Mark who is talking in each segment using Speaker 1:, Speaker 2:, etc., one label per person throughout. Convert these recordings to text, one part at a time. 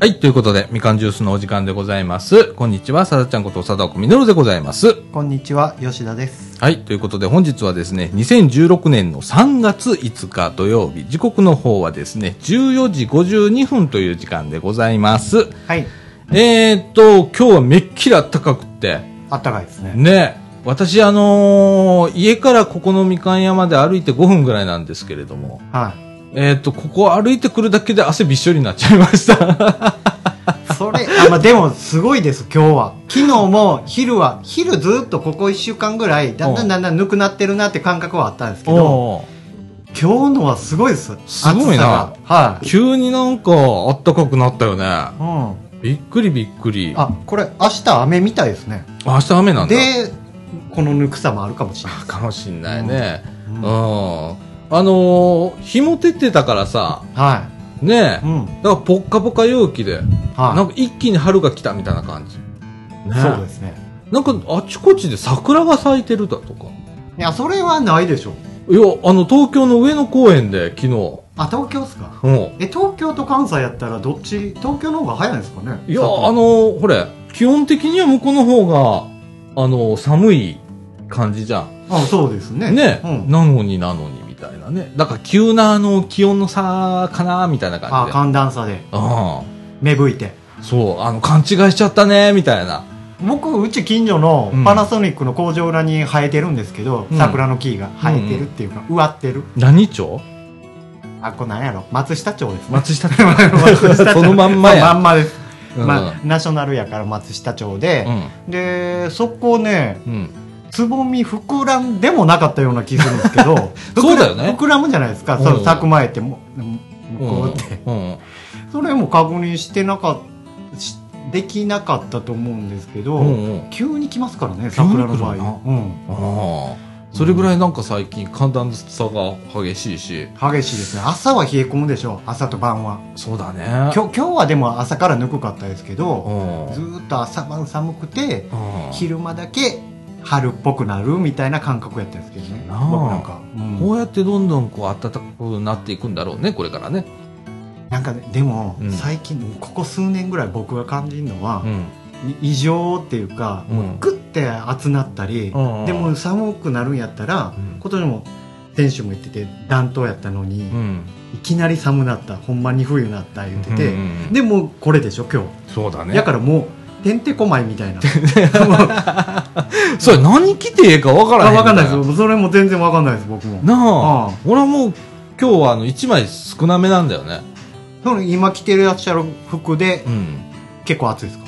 Speaker 1: はい、ということで、みかんジュースのお時間でございます。こんにちは、さだちゃんこと貞子みのるでございます。
Speaker 2: こんにちは、吉田です。
Speaker 1: はい、ということで本日はですね、2016年の3月5日土曜日、時刻の方はですね、14時52分という時間でございます。
Speaker 2: はい。
Speaker 1: えーっと、今日はめっきり暖かくって、
Speaker 2: あったかいですね。
Speaker 1: ね、私あのー家からここのみかん屋まで歩いて5分ぐらいなんですけれども、
Speaker 2: は
Speaker 1: えーっと、ここ歩いてくるだけで汗びっしょりになっちゃいました。
Speaker 2: い。それ、あ、まあ、でも、すごいです、今日は。昨日も、昼は、昼ずっとここ一週間ぐらい、だんだんだんだんぬくなってるなって感覚はあったんですけど、
Speaker 1: おー
Speaker 2: 今日のはすごいです。
Speaker 1: すごいな
Speaker 2: 暑さが。はい。
Speaker 1: 急になんかあったかくなったよね。
Speaker 2: うん。
Speaker 1: びっくりびっくり。あ、
Speaker 2: あ、これ、明日雨みたいですね。
Speaker 1: 明日雨なんだ。
Speaker 2: で、このぬくさもあるかもしれない。
Speaker 1: かもしんないね。
Speaker 2: う
Speaker 1: うんん。あのー、日も出てたからさ、
Speaker 2: は
Speaker 1: ね
Speaker 2: い。う
Speaker 1: え、
Speaker 2: ん。
Speaker 1: だからポッカポカ陽気で、な
Speaker 2: は
Speaker 1: んか一気に春が来たみたいな感じ。
Speaker 2: い。そうですね。
Speaker 1: なんかあちこちで桜が咲いてるだとか。
Speaker 2: いや、それはないでしょ。
Speaker 1: いや、あの、東京の上野公園で昨日。
Speaker 2: あ、東京っすか
Speaker 1: うん。
Speaker 2: え、東京と関西やったら、どっち、東京の方が早いんですかね
Speaker 1: いや、
Speaker 2: さっき
Speaker 1: あのー、ほれ、基本的には向こうの方が、あのー、寒い感じじゃん。
Speaker 2: あそうですね。
Speaker 1: ね、
Speaker 2: うん、
Speaker 1: なのになのにみたいなねだから急なあの気温の差かなみたいな
Speaker 2: あ
Speaker 1: 感じで
Speaker 2: 寒暖差で
Speaker 1: うん
Speaker 2: 芽吹いて。
Speaker 1: そうあの勘違いしちゃったねみたいな
Speaker 2: 僕、うち近所の
Speaker 1: うん
Speaker 2: パナソニックの工場裏に生えてるんですけど、
Speaker 1: うん
Speaker 2: 桜の木が生えてるっていうか、植わってる。
Speaker 1: 何町
Speaker 2: あ、これなんやろ。松下町ですね。
Speaker 1: 松下
Speaker 2: 松下町
Speaker 1: そのまんまや
Speaker 2: そのまんまです。
Speaker 1: うん
Speaker 2: まあ、ナショナルやから松下町で、で、そこね、
Speaker 1: うん、うん、
Speaker 2: つぼみ膨らんでもなかったような気するんですけど、膨ら
Speaker 1: そうだよね
Speaker 2: 膨らむじゃないですか、
Speaker 1: うん
Speaker 2: その咲く前っても、向こうって。
Speaker 1: うんうん
Speaker 2: それも確認してなかっしできなかったと思うんですけど、
Speaker 1: うんうん
Speaker 2: 急に来ますからね
Speaker 1: 急に来る
Speaker 2: 桜の場合
Speaker 1: な
Speaker 2: うん
Speaker 1: ああそれぐらいなんか最近寒暖差が激しいし
Speaker 2: 激しいですね朝は冷え込むでしょう朝と晩は
Speaker 1: そうだね
Speaker 2: きょ今日はでも朝からぬくかったですけ
Speaker 1: う
Speaker 2: ど
Speaker 1: ん
Speaker 2: ずーっと朝晩寒くて
Speaker 1: うん
Speaker 2: 昼間だけ春っぽくなるみたいな感覚やったんですけどね
Speaker 1: なあ
Speaker 2: 僕なんか、うん
Speaker 1: こうやってどんどんこう暖かくなっていくんだろうねこれからね
Speaker 2: なんかねでも、
Speaker 1: うん
Speaker 2: 最近ここ数年ぐらい僕が感じるのは
Speaker 1: う、ん
Speaker 2: 異常っていうか、
Speaker 1: うん
Speaker 2: グッて暑なったり、
Speaker 1: うん
Speaker 2: でも寒くなるんやったら、
Speaker 1: うん
Speaker 2: 今年も選手も言ってて暖冬やったのに、
Speaker 1: うん
Speaker 2: いきなり寒なったほんまに冬なった言ってて、
Speaker 1: うんうんうん
Speaker 2: でもうこれでしょ今
Speaker 1: そうだ
Speaker 2: 日、
Speaker 1: ね
Speaker 2: だからもうてんてこまいみたいな
Speaker 1: それ何着てええかわからへん
Speaker 2: 分かんない
Speaker 1: みた
Speaker 2: ですそれも全然分かんないです僕も
Speaker 1: なあ
Speaker 2: ああ
Speaker 1: 俺はもう今日はあの1枚少なめなんだよね
Speaker 2: その今着てるらっしゃる服で、
Speaker 1: うん
Speaker 2: 結構暑いですか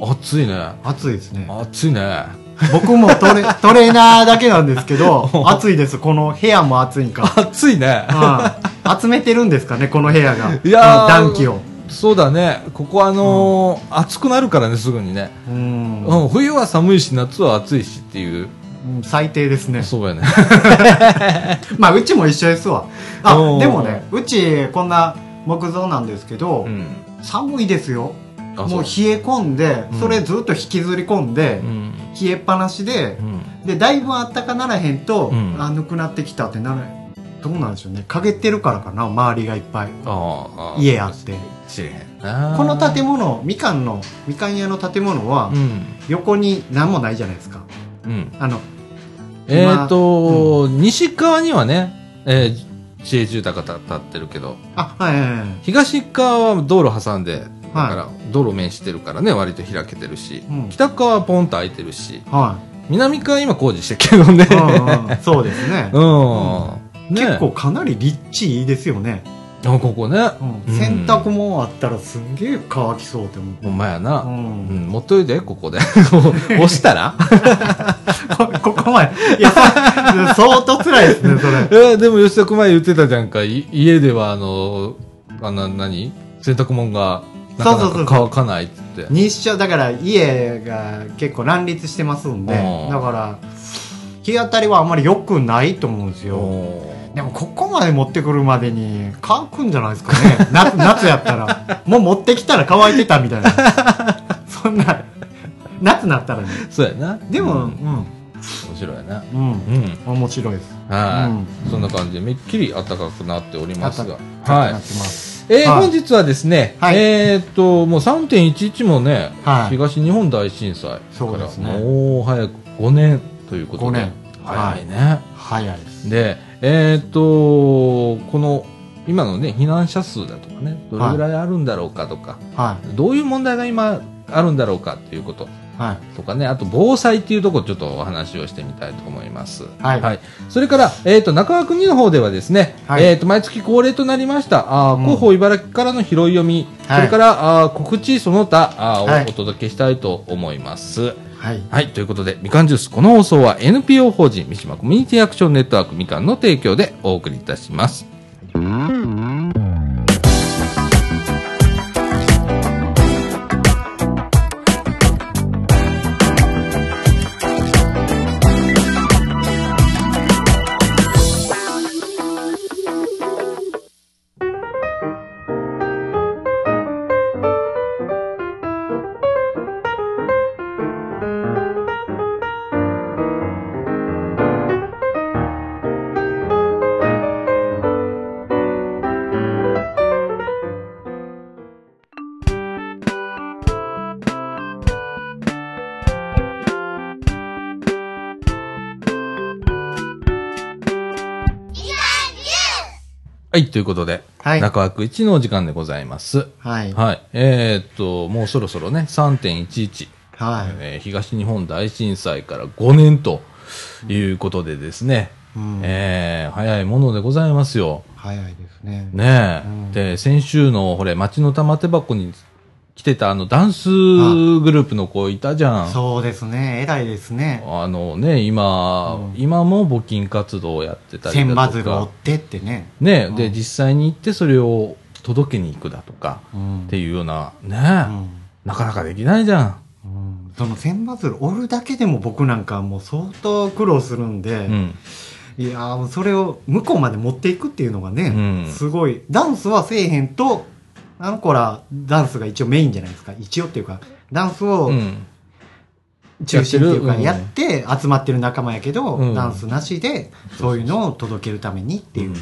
Speaker 1: 暑いね
Speaker 2: 暑いですね
Speaker 1: 暑いね
Speaker 2: 僕も トレトレーナーだけなんですけど
Speaker 1: お
Speaker 2: 暑いですこの部屋も暑いん か
Speaker 1: 暑いね
Speaker 2: うん集めてるんですかね、この部屋が。
Speaker 1: いやー
Speaker 2: この暖気を。
Speaker 1: そうだねここあのー暑くなるからねすぐにね、
Speaker 2: う。
Speaker 1: うんん、冬は寒いし夏は暑いしっていう
Speaker 2: 最低ですね。
Speaker 1: そうやね
Speaker 2: まあ、うちも一緒ですわ。あ
Speaker 1: お、ー
Speaker 2: でもね、うち、こんな木造なんですけど、
Speaker 1: うん
Speaker 2: 寒いですよ。
Speaker 1: あ
Speaker 2: もう冷
Speaker 1: そ
Speaker 2: え込んで
Speaker 1: うん、
Speaker 2: それずっと引きずり込んで
Speaker 1: う、うん
Speaker 2: 冷えっぱなしで
Speaker 1: う、ん
Speaker 2: で、だいぶあったかならへんと、
Speaker 1: うん
Speaker 2: あ、ぬくなってきたってならどうなんでしょうね。陰ってるからかな、周りがいっぱい。
Speaker 1: あああ
Speaker 2: 家あって。
Speaker 1: 知れへんな
Speaker 2: この建物、みかんの、みかん屋の建物は、
Speaker 1: うん
Speaker 2: 横に何もないじゃないですか。
Speaker 1: うん
Speaker 2: あの、
Speaker 1: えっ、と、西側にはね、えー、市営住宅が建ってるけど
Speaker 2: あ、はいはいはい。
Speaker 1: 東側は道路挟んでだから道路面してるからね割と開けてるし、
Speaker 2: うん
Speaker 1: 北側はポンと開いてるし
Speaker 2: は
Speaker 1: 南側は今工事してるけどね
Speaker 2: い。うんうん、そうですね
Speaker 1: う。ん、ね
Speaker 2: 結構かなり立地いいですよね。
Speaker 1: あここね
Speaker 2: うん
Speaker 1: うん
Speaker 2: 洗濯もあったらすんげえ乾きそうって思
Speaker 1: ほんまや
Speaker 2: う。う
Speaker 1: な、うん
Speaker 2: ん。
Speaker 1: 持っといでここで 押したら、
Speaker 2: こ ここまで。いや、 相当辛いですね、それ。
Speaker 1: えーでも吉田君前言ってたじゃんかい家ではあのあな何洗濯物がなか
Speaker 2: そう
Speaker 1: な
Speaker 2: そうそ
Speaker 1: か
Speaker 2: う
Speaker 1: 乾かないっつって
Speaker 2: 日照、だから家が結構乱立してますんで、
Speaker 1: うん
Speaker 2: だから、日当たりはあんまり良くないと思うんですよ。
Speaker 1: おー
Speaker 2: でもここまで持ってくるまでに乾くんじゃない ですかね夏夏やったらもう持ってきたら乾いてたみたいなそんな 夏なったらね
Speaker 1: そうやな
Speaker 2: でも
Speaker 1: う
Speaker 2: うんん
Speaker 1: 面白いな
Speaker 2: うん、
Speaker 1: うん
Speaker 2: 面白いです
Speaker 1: はい、
Speaker 2: うん
Speaker 1: そんな感じでめっきり暖かくなっておりますが、
Speaker 2: 暖かく
Speaker 1: は
Speaker 2: なっ
Speaker 1: い
Speaker 2: てます、
Speaker 1: えー
Speaker 2: はい
Speaker 1: 本日はですね、
Speaker 2: はい
Speaker 1: えーっと、もう3.11もね、
Speaker 2: はい
Speaker 1: 東日本大震災
Speaker 2: そうですね
Speaker 1: からもう早く5年ということで、
Speaker 2: 5年
Speaker 1: 早いね。
Speaker 2: 早いです。
Speaker 1: で、えーっと、この、今のね、避難者数だとかね、どれぐらいあるんだろうかとか、
Speaker 2: は
Speaker 1: どういう問題が今あるんだろうかっていうこと
Speaker 2: い。はい。
Speaker 1: とかね、あと防災っていうところちょっとお話をしてみたいと思います。
Speaker 2: はい
Speaker 1: それから、えっ、と、中川国の方ではですね、
Speaker 2: はい
Speaker 1: えっ、と、毎月恒例となりました、あー
Speaker 2: うん
Speaker 1: 広報茨城からの拾い読み、
Speaker 2: はい
Speaker 1: それから、あー告知その他あーを、
Speaker 2: はい
Speaker 1: お届けしたいと思います。
Speaker 2: はい。
Speaker 1: はい。ということで、みかんジュース、この放送は NPO 法人三島コミュニティアクションネットワークみかんの提供でお送りいたします。はい。ということで、
Speaker 2: はい
Speaker 1: 中枠1のお時間でございます。
Speaker 2: はい。
Speaker 1: はい。えーっと、もうそろそろね、3.11。
Speaker 2: はい。
Speaker 1: えー東日本大震災から5年ということでですね、
Speaker 2: うん
Speaker 1: えー早いものでございますよ。
Speaker 2: 早いですね。
Speaker 1: ねえ、
Speaker 2: うん
Speaker 1: で、先週の、ほれ、町の玉手箱に来てたあの、ダンスグループの子いたじゃん。
Speaker 2: そうですね。偉いですね。
Speaker 1: あのね、今、
Speaker 2: うん
Speaker 1: 今も募金活動をやってたり
Speaker 2: 千
Speaker 1: だ
Speaker 2: 羽
Speaker 1: と
Speaker 2: 鶴を追っ
Speaker 1: か。
Speaker 2: てってね。
Speaker 1: ねえ、
Speaker 2: う
Speaker 1: で、
Speaker 2: ん
Speaker 1: 実際に行ってそれを届けに行くだとか、
Speaker 2: うん
Speaker 1: っていうような、ねえ、
Speaker 2: うん
Speaker 1: なかなかできないじゃん。
Speaker 2: うんその千羽鶴折るだけでも僕なんかもう相当苦労するんで、
Speaker 1: うん。
Speaker 2: いやーそれを向こうまで持っていくっていうのがね、
Speaker 1: うん
Speaker 2: すごいダンスはせえへんとあの子らダンスが一応メインじゃないですか一応っていうかダンスを
Speaker 1: うん。
Speaker 2: 中心っていうか
Speaker 1: や
Speaker 2: や
Speaker 1: っ
Speaker 2: って集まってる仲間やけど、
Speaker 1: うん
Speaker 2: ダンスなしでそういうのを届けるためにっていう、うん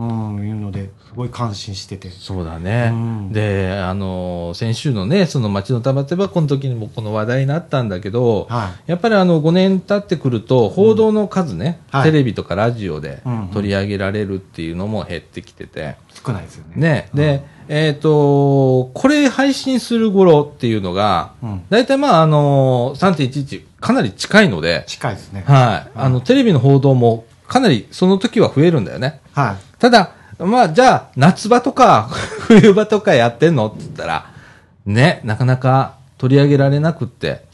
Speaker 2: いうのですごい感心してて
Speaker 1: そうだね。
Speaker 2: うん
Speaker 1: で、あの、先週のね、その町の玉手箱の時にもこの話題になったんだけど、
Speaker 2: は
Speaker 1: やっぱりあの5年経ってくると、報道の数ね、
Speaker 2: はい
Speaker 1: テレビとかラジオで
Speaker 2: うんうん
Speaker 1: 取り上げられるっていうのも減ってきてて、
Speaker 2: い少ないですよね
Speaker 1: ね、で、えっ、と、これ配信する頃っていうのが、
Speaker 2: うん
Speaker 1: 大体まああの、3.11かなり近いので、
Speaker 2: 近いですね
Speaker 1: はい、あの、テレビの報道もかなりその時は増えるんだよね。
Speaker 2: はい
Speaker 1: ただ、まあ、じゃあ、夏場とか、 冬場とかやってんのって言ったら、ね、なかなか取り上げられなくって。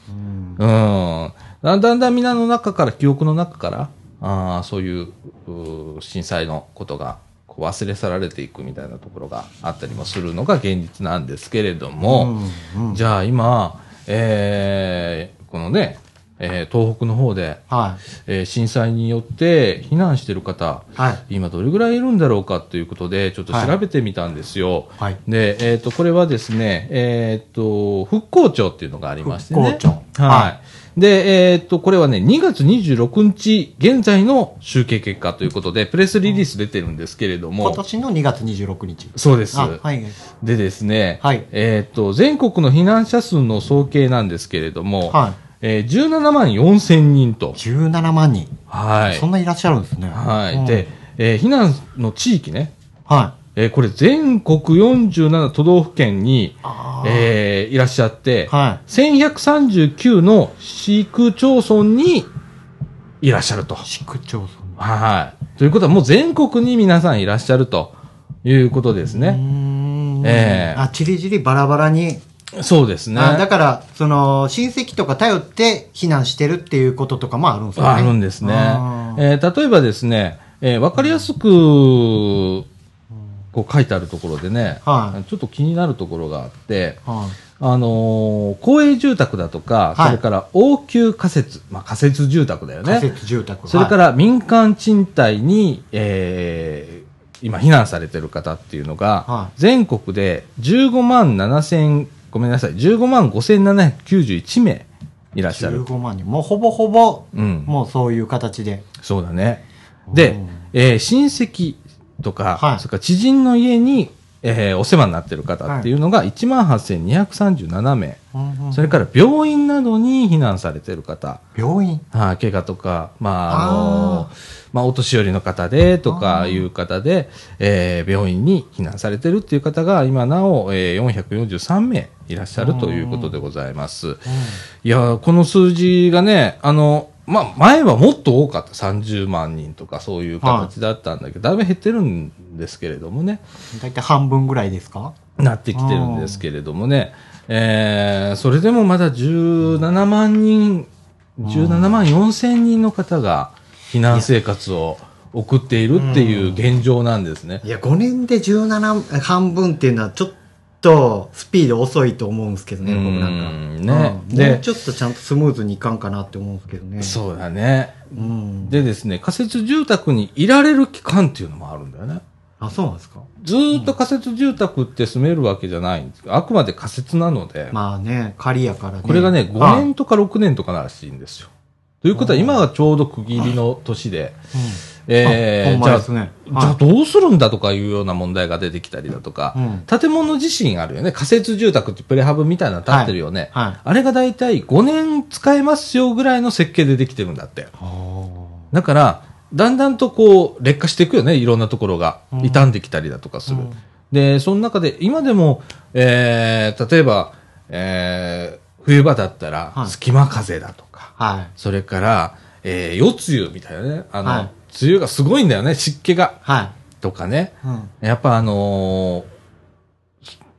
Speaker 2: うん
Speaker 1: うん。だんだんだんみんなの中から、記憶の中から、あーそういううー震災のことがこう忘れ去られていくみたいなところがあったりもするのが現実なんですけれども、
Speaker 2: うんうん
Speaker 1: じゃあ今、えーこのね、えー東北の方で、
Speaker 2: は
Speaker 1: えー震災によって避難してる方、
Speaker 2: いはい
Speaker 1: 今どれぐらいいるんだろうかということで、ちょっと調べてみたんですよ。
Speaker 2: はい
Speaker 1: で、えっ、と、これはですね、えっ、と、復興庁っていうのがありましてね。
Speaker 2: 復興庁
Speaker 1: はい。
Speaker 2: は
Speaker 1: で、えっ、と、これはね、2月26日現在の集計結果ということで、プレスリリース出てるんですけれども、
Speaker 2: 今年の2月26日
Speaker 1: そうです。
Speaker 2: あはい
Speaker 1: でですね、
Speaker 2: はい
Speaker 1: えっ、と、全国の避難者数の総計なんですけれども、
Speaker 2: はい
Speaker 1: えー17万4千人と。
Speaker 2: 17万人、
Speaker 1: はい
Speaker 2: そ。んないらっしゃるんですね
Speaker 1: はい。
Speaker 2: うん
Speaker 1: で、えー避難の地域ね、
Speaker 2: はい
Speaker 1: えーこれ全国47都道府県に、
Speaker 2: あー
Speaker 1: えーいらっしゃって、
Speaker 2: は
Speaker 1: 1139の市区町村にいらっしゃると
Speaker 2: い。。市区町村
Speaker 1: はい。ということはもう全国に皆さんいらっしゃるということです
Speaker 2: うー
Speaker 1: ね。
Speaker 2: ん
Speaker 1: ええ
Speaker 2: あ、ちりじりバラバラに。
Speaker 1: そうですね。
Speaker 2: あだから、その、親戚とか頼って避難してるっていうこととかもあるんですかね。
Speaker 1: あるんですね
Speaker 2: あ。ー
Speaker 1: えー例えばですね、えーわかりやすく、こう書いてあるところでね、
Speaker 2: は
Speaker 1: ちょっと気になるところがあって、
Speaker 2: はい
Speaker 1: あのー公営住宅だとか、
Speaker 2: はい
Speaker 1: それから応急仮設、まあ、仮設住宅だよ
Speaker 2: 仮
Speaker 1: ね。
Speaker 2: 設住宅。、
Speaker 1: それからら民間賃貸に、えー今避難されてる方っていうのが、
Speaker 2: は
Speaker 1: 全国で15万7千、ごめんなさい、15万5791名いらっしゃる。
Speaker 2: 15万人。もうほぼほぼ、
Speaker 1: うん
Speaker 2: もうそういう形で。
Speaker 1: そうだね。で
Speaker 2: うん、
Speaker 1: えー親戚とか、
Speaker 2: はい
Speaker 1: それから知人の家にえーお世話になっている方っていうのが1万8237名、
Speaker 2: うんうん
Speaker 1: それから病院などに避難されている方、
Speaker 2: 病院
Speaker 1: はい、怪我とか、まあ、あの、まあ、お年寄りの方で、とかいう方で、えー病院に避難されてるっていう方が、今なお、えー443名いらっしゃるということでございます。いやー、この数字がね、あの、まあ、前はもっと多かった。30万人とかそういう形だったんだけど、だいぶ減ってるんですけれどもね。
Speaker 2: 大体半分ぐらいですか
Speaker 1: なってきてるんですけれどもね、えーそれでもまだ17万人、17万4千人の方が避難生活を送っているっていう現状なんですね。
Speaker 2: いや5年で17半分っていうのはちょっとスピード遅いと思うんですけどね僕なんか
Speaker 1: うんね
Speaker 2: うん
Speaker 1: で
Speaker 2: もうちょっとちゃんとスムーズにいかんかなって思うんですけどね
Speaker 1: そうだね。
Speaker 2: うん
Speaker 1: でですね、仮設住宅にいられる期間っていうのもあるんだよね。
Speaker 2: あそうなんですか
Speaker 1: ずーっと仮設住宅って住めるわけじゃないんですあくまで仮設なので、
Speaker 2: まあね仮やからね
Speaker 1: これがね、5
Speaker 2: はい
Speaker 1: 年とか6年とからしいんですよ。ということは、今がちょうど区切りの年で、
Speaker 2: うんあ
Speaker 1: え
Speaker 2: ほん
Speaker 1: ー、
Speaker 2: ま
Speaker 1: じゃ
Speaker 2: で
Speaker 1: あ
Speaker 2: すね
Speaker 1: じゃあ
Speaker 2: は
Speaker 1: どうするんだとかいうような問題が出てきたりだとか、
Speaker 2: う
Speaker 1: 建物自身あるよね。仮設住宅ってプレハブみたいなの建ってるよね。
Speaker 2: はいはい
Speaker 1: あれがだいたい5年使えますよぐらいの設計でできてるんだって。
Speaker 2: あー
Speaker 1: だから、だんだんとこう劣化していくよね。いろんなところが
Speaker 2: うん
Speaker 1: 傷んできたりだとかする。
Speaker 2: うん
Speaker 1: で、その中で今でも、えー、例えば、えー、冬場だったら
Speaker 2: はい
Speaker 1: 隙間風だとか、
Speaker 2: はい
Speaker 1: それから、えー、夜露みたいなね。あの、
Speaker 2: はい
Speaker 1: 梅雨がすごいんだよね。湿気が。
Speaker 2: は
Speaker 1: とかね。
Speaker 2: い、うん
Speaker 1: やっぱあのー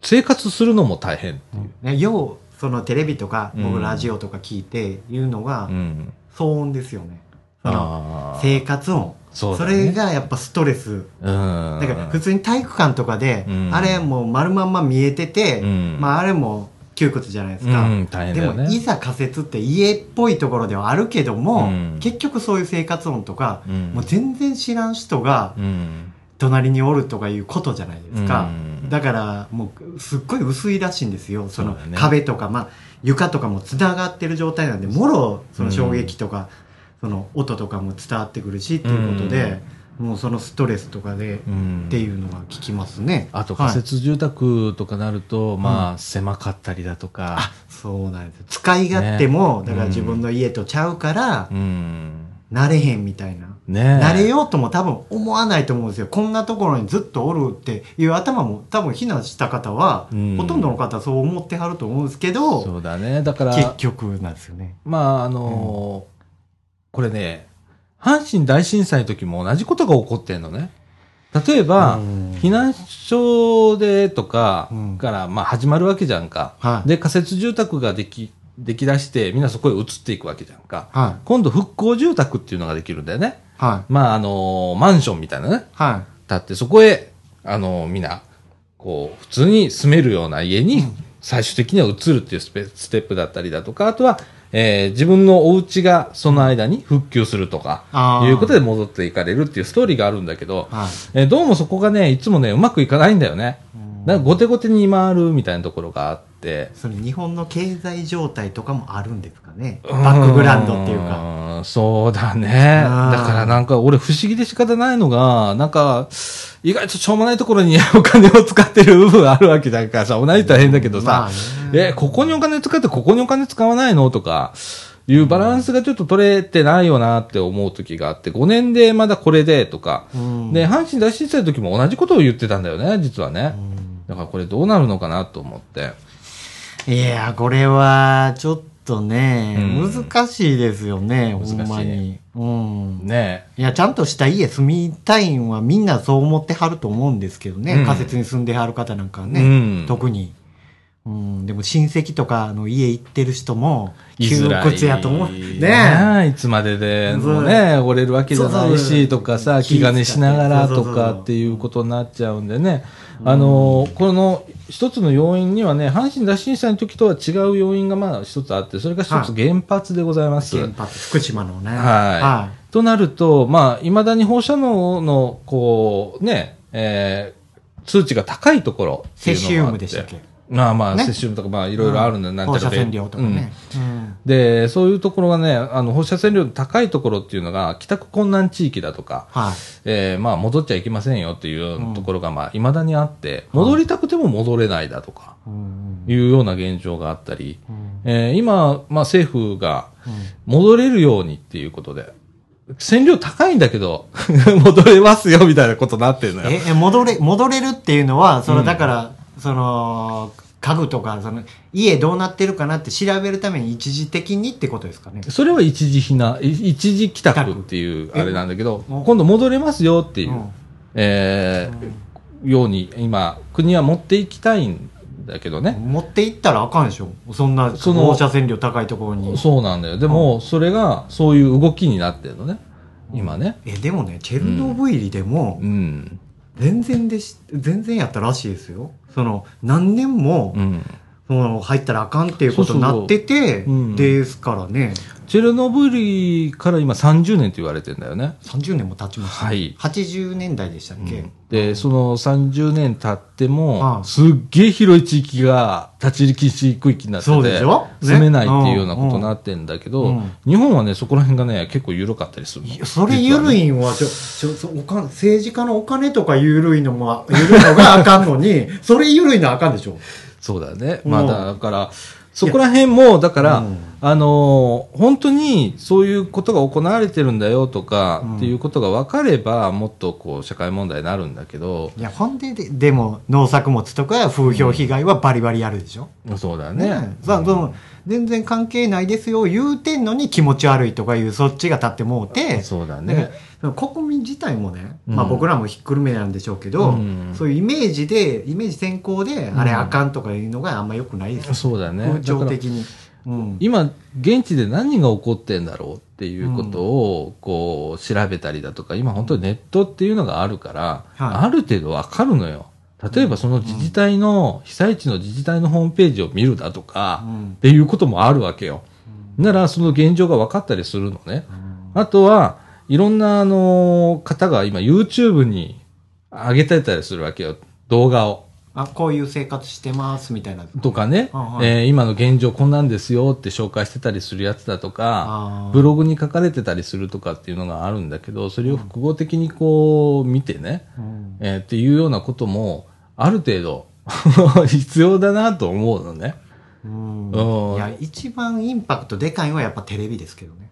Speaker 1: 生活するのも大変っていう。
Speaker 2: ね、ようそのテレビとか
Speaker 1: う
Speaker 2: 僕
Speaker 1: ん
Speaker 2: ラジオとか聞いて言うのが、
Speaker 1: うん。
Speaker 2: 騒音ですよねその
Speaker 1: あ
Speaker 2: 生活音
Speaker 1: そ
Speaker 2: そ,、
Speaker 1: うだね
Speaker 2: れがやっぱストレス
Speaker 1: あ。うん。
Speaker 2: だから普通に体育館とかで、
Speaker 1: うん
Speaker 2: あれもう丸まんま見えてて、
Speaker 1: うん
Speaker 2: まああれも窮屈じゃないですか、
Speaker 1: うん、大変
Speaker 2: で
Speaker 1: だよ
Speaker 2: もい
Speaker 1: ね。
Speaker 2: ざ仮設って家っぽいところではあるけども、
Speaker 1: うん
Speaker 2: 結局そういう生活音とか、
Speaker 1: うん
Speaker 2: もう全然知らん人が
Speaker 1: うん。
Speaker 2: 隣におるとかいうことじゃないですか、
Speaker 1: うん
Speaker 2: だからもうすっごい薄いらしいんですよその
Speaker 1: そうだね
Speaker 2: 壁とか、まあ、床とかもつながってる状態なんでもろその衝撃とか、その音とかも伝わってくるしっていうことで、もうそのストレスとかで
Speaker 1: うん
Speaker 2: っていうのが聞きますね。
Speaker 1: あと
Speaker 2: はい
Speaker 1: 仮設住宅とかなると、まあ、狭かったりだとか。
Speaker 2: そうなんです。使い勝手も、
Speaker 1: ね
Speaker 2: だから自分の家とちゃうから
Speaker 1: う、ん。
Speaker 2: 慣れへんみたいな。
Speaker 1: ねえ
Speaker 2: 慣れようとも多分思わないと思うんですよ。こんなところにずっとおるっていう頭も多分避難した方は、
Speaker 1: うん
Speaker 2: ほとんどの方はそう思ってはると思うんですけど、
Speaker 1: そうだね。だから、
Speaker 2: 結局なんですよね。
Speaker 1: まあ、あのーこれね、阪神大震災の時も同じことが起こってんのね。例えば、
Speaker 2: うん
Speaker 1: 避難所でとか
Speaker 2: うん
Speaker 1: から、まあ始まるわけじゃんか。
Speaker 2: はい。
Speaker 1: で、仮設住宅ができ、でき出して、みんなそこへ移っていくわけじゃんか。
Speaker 2: はい。
Speaker 1: 今度復興住宅っていうのができるんだよね。
Speaker 2: はい。
Speaker 1: まあ、あのーマンションみたいなね。
Speaker 2: は
Speaker 1: 建って、そこへ、あのーみんな、こう、普通に住めるような家に、最終的には移るっていうスペステップだったりだとか、あとは、えー自分のお家がその間に復旧するとか、
Speaker 2: あー
Speaker 1: いうことで戻っていかれるっていうストーリーがあるんだけど
Speaker 2: い。、はい。
Speaker 1: えーどうもそこがね、いつもね、うまくいかないんだよね。なんか後手後手に回るみたいなところがあって。
Speaker 2: それ日本の経済状態とかもあるんですかね。バックグラウンドっていうか。
Speaker 1: か。そうだね。
Speaker 2: うん
Speaker 1: だからなんか俺不思議で仕方ないのが、なんか、意外としょうもないところにお金を使ってる部分あるわけだからさ、同じ大変だけど
Speaker 2: まあ
Speaker 1: さ
Speaker 2: ね、
Speaker 1: え、ここにお金使ってここにお金使わないのとか、いうバランスがちょっと取れてないよなって思う時があって、5年でまだこれでとか、
Speaker 2: うん
Speaker 1: で、阪神大震災の時も同じことを言ってたんだよね、実はね。
Speaker 2: うん
Speaker 1: だからこれどうなるのかなと思って。
Speaker 2: いやーこれはちょっとね、
Speaker 1: うん
Speaker 2: 難しいですよねほ
Speaker 1: 難しい
Speaker 2: んまに、うん、
Speaker 1: ね
Speaker 2: いやちゃんとした家住みたいんはみんなそう思ってはると思うんですけどね、
Speaker 1: うん
Speaker 2: 仮設に住んではる方なんかはね、
Speaker 1: うん
Speaker 2: 特に、うん、でも親戚とかの家行ってる人も
Speaker 1: 居づらい
Speaker 2: 屈やと思うね
Speaker 1: ねえいつまででもね、折れるわけじゃない
Speaker 2: そうそう
Speaker 1: し、とかさ、
Speaker 2: 気
Speaker 1: 気兼ねしながら
Speaker 2: そう
Speaker 1: と
Speaker 2: そうそう
Speaker 1: かっていうことになっちゃうんでね。あの、この一つの要因にはね、阪神大震災の時とは違う要因がまあ一つあって、それが一つ原発でございます。
Speaker 2: 原発福島のね
Speaker 1: はとなると、まあ、いまだに放射能の、こう、ね、えー、数値が高いところってい
Speaker 2: セ
Speaker 1: うのもあって
Speaker 2: シウムでしたっけ
Speaker 1: まあまあ、
Speaker 2: ね
Speaker 1: セシウムとか、まあ、いろいろあるんだ、なんちゃ
Speaker 2: 放
Speaker 1: ら
Speaker 2: 射線量とかね。うん
Speaker 1: で、そういうところがね、あの、放射線量の高いところっていうのが、帰宅困難地域だとか、
Speaker 2: はい。
Speaker 1: えーまあ、戻っちゃいけませんよっていうところが、まあ、未だにあって、
Speaker 2: うん
Speaker 1: 戻りたくても戻れないだとか、
Speaker 2: うんうん
Speaker 1: いうような現状があったり、
Speaker 2: うん
Speaker 1: えー今、まあ、政府が
Speaker 2: うん
Speaker 1: 戻れるようにっていうことで、線量高いんだけど、 戻れますよみたいなことになってるのよ。
Speaker 2: ええ戻れ戻れるっていうのはそのだから、その家具とかその家どうなってるかなって調べるために一時的にってことですかね
Speaker 1: それは一時避難、い一時帰宅っていう
Speaker 2: 帰宅
Speaker 1: あれなんだけど、
Speaker 2: うん
Speaker 1: 今度戻れますよっていう、
Speaker 2: うん
Speaker 1: えーように今、国は持っていきたいんだけどね。
Speaker 2: 持っていったらあかんでしょそんな
Speaker 1: その
Speaker 2: 放射線量高いところに
Speaker 1: そうなんだよ。でも、それが、そういう動きになってるのね。今ね。
Speaker 2: えでもねチェルノブイリでも
Speaker 1: うん。
Speaker 2: 全然でし全然やったらしいですよその何年も、
Speaker 1: うん。
Speaker 2: その入ったらあかんっていうことになってて
Speaker 1: そううん
Speaker 2: ですからね
Speaker 1: チェルノブイリから今30年って言われてんだよね。
Speaker 2: 30年も経ちましたね、
Speaker 1: はい
Speaker 2: 80年代でしたっけ、
Speaker 1: で、その30年経って
Speaker 2: う
Speaker 1: も、
Speaker 2: ん
Speaker 1: すっげえ広い地域が立ち入り禁止区域になって
Speaker 2: そうで
Speaker 1: て
Speaker 2: し、ょ、ね
Speaker 1: 住めないっていうようなことになってんだけ
Speaker 2: うんう
Speaker 1: ど
Speaker 2: ん、
Speaker 1: 日本はね、そこら辺がね、結構緩かったりするの
Speaker 2: いやそれ
Speaker 1: 実はね
Speaker 2: 緩いんはちょちょそおかん政治家のお金とか緩いのも緩いのがあかんのに それ緩いのはあかんでしょ
Speaker 1: そうだよね。
Speaker 2: うん
Speaker 1: まあ、だから、そこら辺も、だから、
Speaker 2: うん
Speaker 1: あのー本当にそういうことが行われてるんだよとか、
Speaker 2: うん
Speaker 1: っていうことが分かれば、もっとこう、社会問題になるんだけど、
Speaker 2: いやほんでででも農作物とか風評被害はバリバリあるでしょ、
Speaker 1: そうだよ
Speaker 2: ね
Speaker 1: ね。
Speaker 2: さその全然関係ないですよ言うてんのに気持ち悪いとかいうそっちが立ってもうて
Speaker 1: そうだ
Speaker 2: ね
Speaker 1: ね。、
Speaker 2: その国民自体もね、
Speaker 1: うん
Speaker 2: まあ、僕らもひっくるめなんでしょうけど、
Speaker 1: うん
Speaker 2: そういうイメージでイメージ先行であれ
Speaker 1: うん
Speaker 2: あかんとかいうのがあんま良くないですよ、
Speaker 1: そうだね。
Speaker 2: 風
Speaker 1: だ
Speaker 2: 潮
Speaker 1: から
Speaker 2: 的に。うん
Speaker 1: 今、現地で何が起こってんだろうっていうことを、こう、調べたりだとか、今本当にネットっていうのがあるから、
Speaker 2: はい
Speaker 1: ある程度わかるのよ。例えばその自治体の、被災地の自治体のホームページを見るだとか、
Speaker 2: うん
Speaker 1: っていうこともあるわけよ。なら、その現状が分かったりするのね。あとは、いろんな、あの、方が今 YouTube に上げてたりするわけよ。動画を。
Speaker 2: あこういう生活してますみたいな
Speaker 1: とかね、
Speaker 2: あはい
Speaker 1: えー今の現状こんなんですよって紹介してたりするやつだと
Speaker 2: あ
Speaker 1: か
Speaker 2: ー、
Speaker 1: ブログに書かれてたりするとかっていうのがあるんだけど、それを複合的にこう見てね、
Speaker 2: うん
Speaker 1: えーっていうようなことも、ある程度 必要だなと思うのね。
Speaker 2: うん
Speaker 1: うん
Speaker 2: いや一番インパクトでかいのはやっぱテレビですけどね、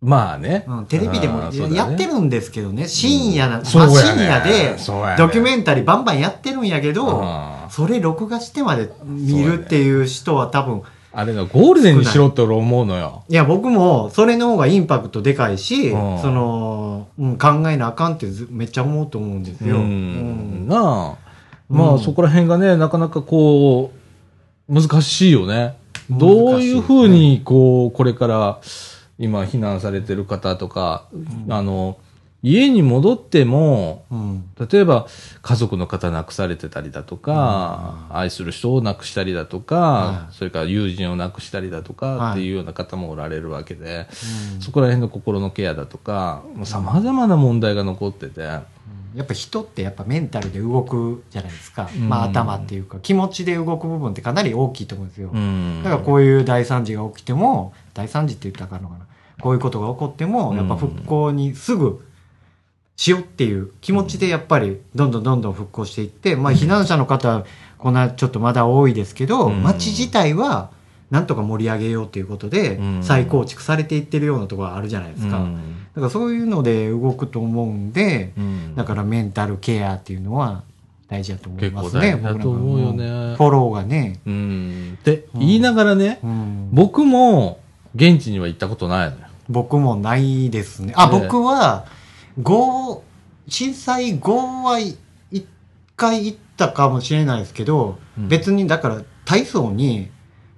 Speaker 1: まあね。
Speaker 2: うん、テレビでも
Speaker 1: あー
Speaker 2: い
Speaker 1: そ
Speaker 2: や
Speaker 1: うだね
Speaker 2: やってるんですけどね深夜な、
Speaker 1: そう
Speaker 2: 真
Speaker 1: や
Speaker 2: 深
Speaker 1: ね
Speaker 2: 夜で
Speaker 1: そうやね
Speaker 2: ドキュメンタリーバンバンやってるんやけど、
Speaker 1: うん
Speaker 2: それ録画してまで見るっていう人は多分、
Speaker 1: あれのゴールデンにしろって俺思うのよ。
Speaker 2: いや、僕も、それの方がインパクトでかいし、
Speaker 1: うん
Speaker 2: その、うん、考えなあかんってずめっちゃ思うと思うんです
Speaker 1: う
Speaker 2: よ。
Speaker 1: ん。なあ。まあ、
Speaker 2: うん
Speaker 1: そこら辺がね、なかなかこう、難しいよね。
Speaker 2: 難しい
Speaker 1: どういうふうに、こう、これから、今、避難されてる方とか、あの、家に戻っても、
Speaker 2: うん。
Speaker 1: 例えば、家族の方亡くされてたりだとか、愛する人を亡くしたりだとか、
Speaker 2: はい
Speaker 1: それから友人を亡くしたりだとか、
Speaker 2: はい
Speaker 1: っていうような方もおられるわけで、そこら辺の心のケアだとか、さまざまな問題が残ってて、
Speaker 2: やっぱ人ってやっぱメンタルで動くじゃないですか。
Speaker 1: うん
Speaker 2: まあ頭っていうか、気持ちで動く部分ってかなり大きいと思うんですよ。
Speaker 1: うん
Speaker 2: だからこういう大惨事が起きても、大惨事って言ったらあかんのかな。こういうことが起こっても、やっぱ復興にすぐしようっていう気持ちでやっぱりどんどんどんどん復興していって、まあ避難者の方はこんなちょっとまだ多いですけど、
Speaker 1: うん
Speaker 2: 街自体はなんとか盛り上げようということで
Speaker 1: うん
Speaker 2: 再構築されていってるようなところがあるじゃないですか。だ
Speaker 1: ん
Speaker 2: からそういうので動くと思うんで、
Speaker 1: うん
Speaker 2: だからメンタルケアっていうのは大事だと思いますね。
Speaker 1: 結構大事だと思うよね
Speaker 2: 僕らもフォローがね。
Speaker 1: うんって
Speaker 2: うん
Speaker 1: 言いながらね、
Speaker 2: うん
Speaker 1: 僕も現地には行ったことないのよ。
Speaker 2: 僕もないですね。あ、
Speaker 1: ええ
Speaker 2: 僕は、5、震災後は1回行ったかもしれないですけど、
Speaker 1: うん
Speaker 2: 別にだから体操に、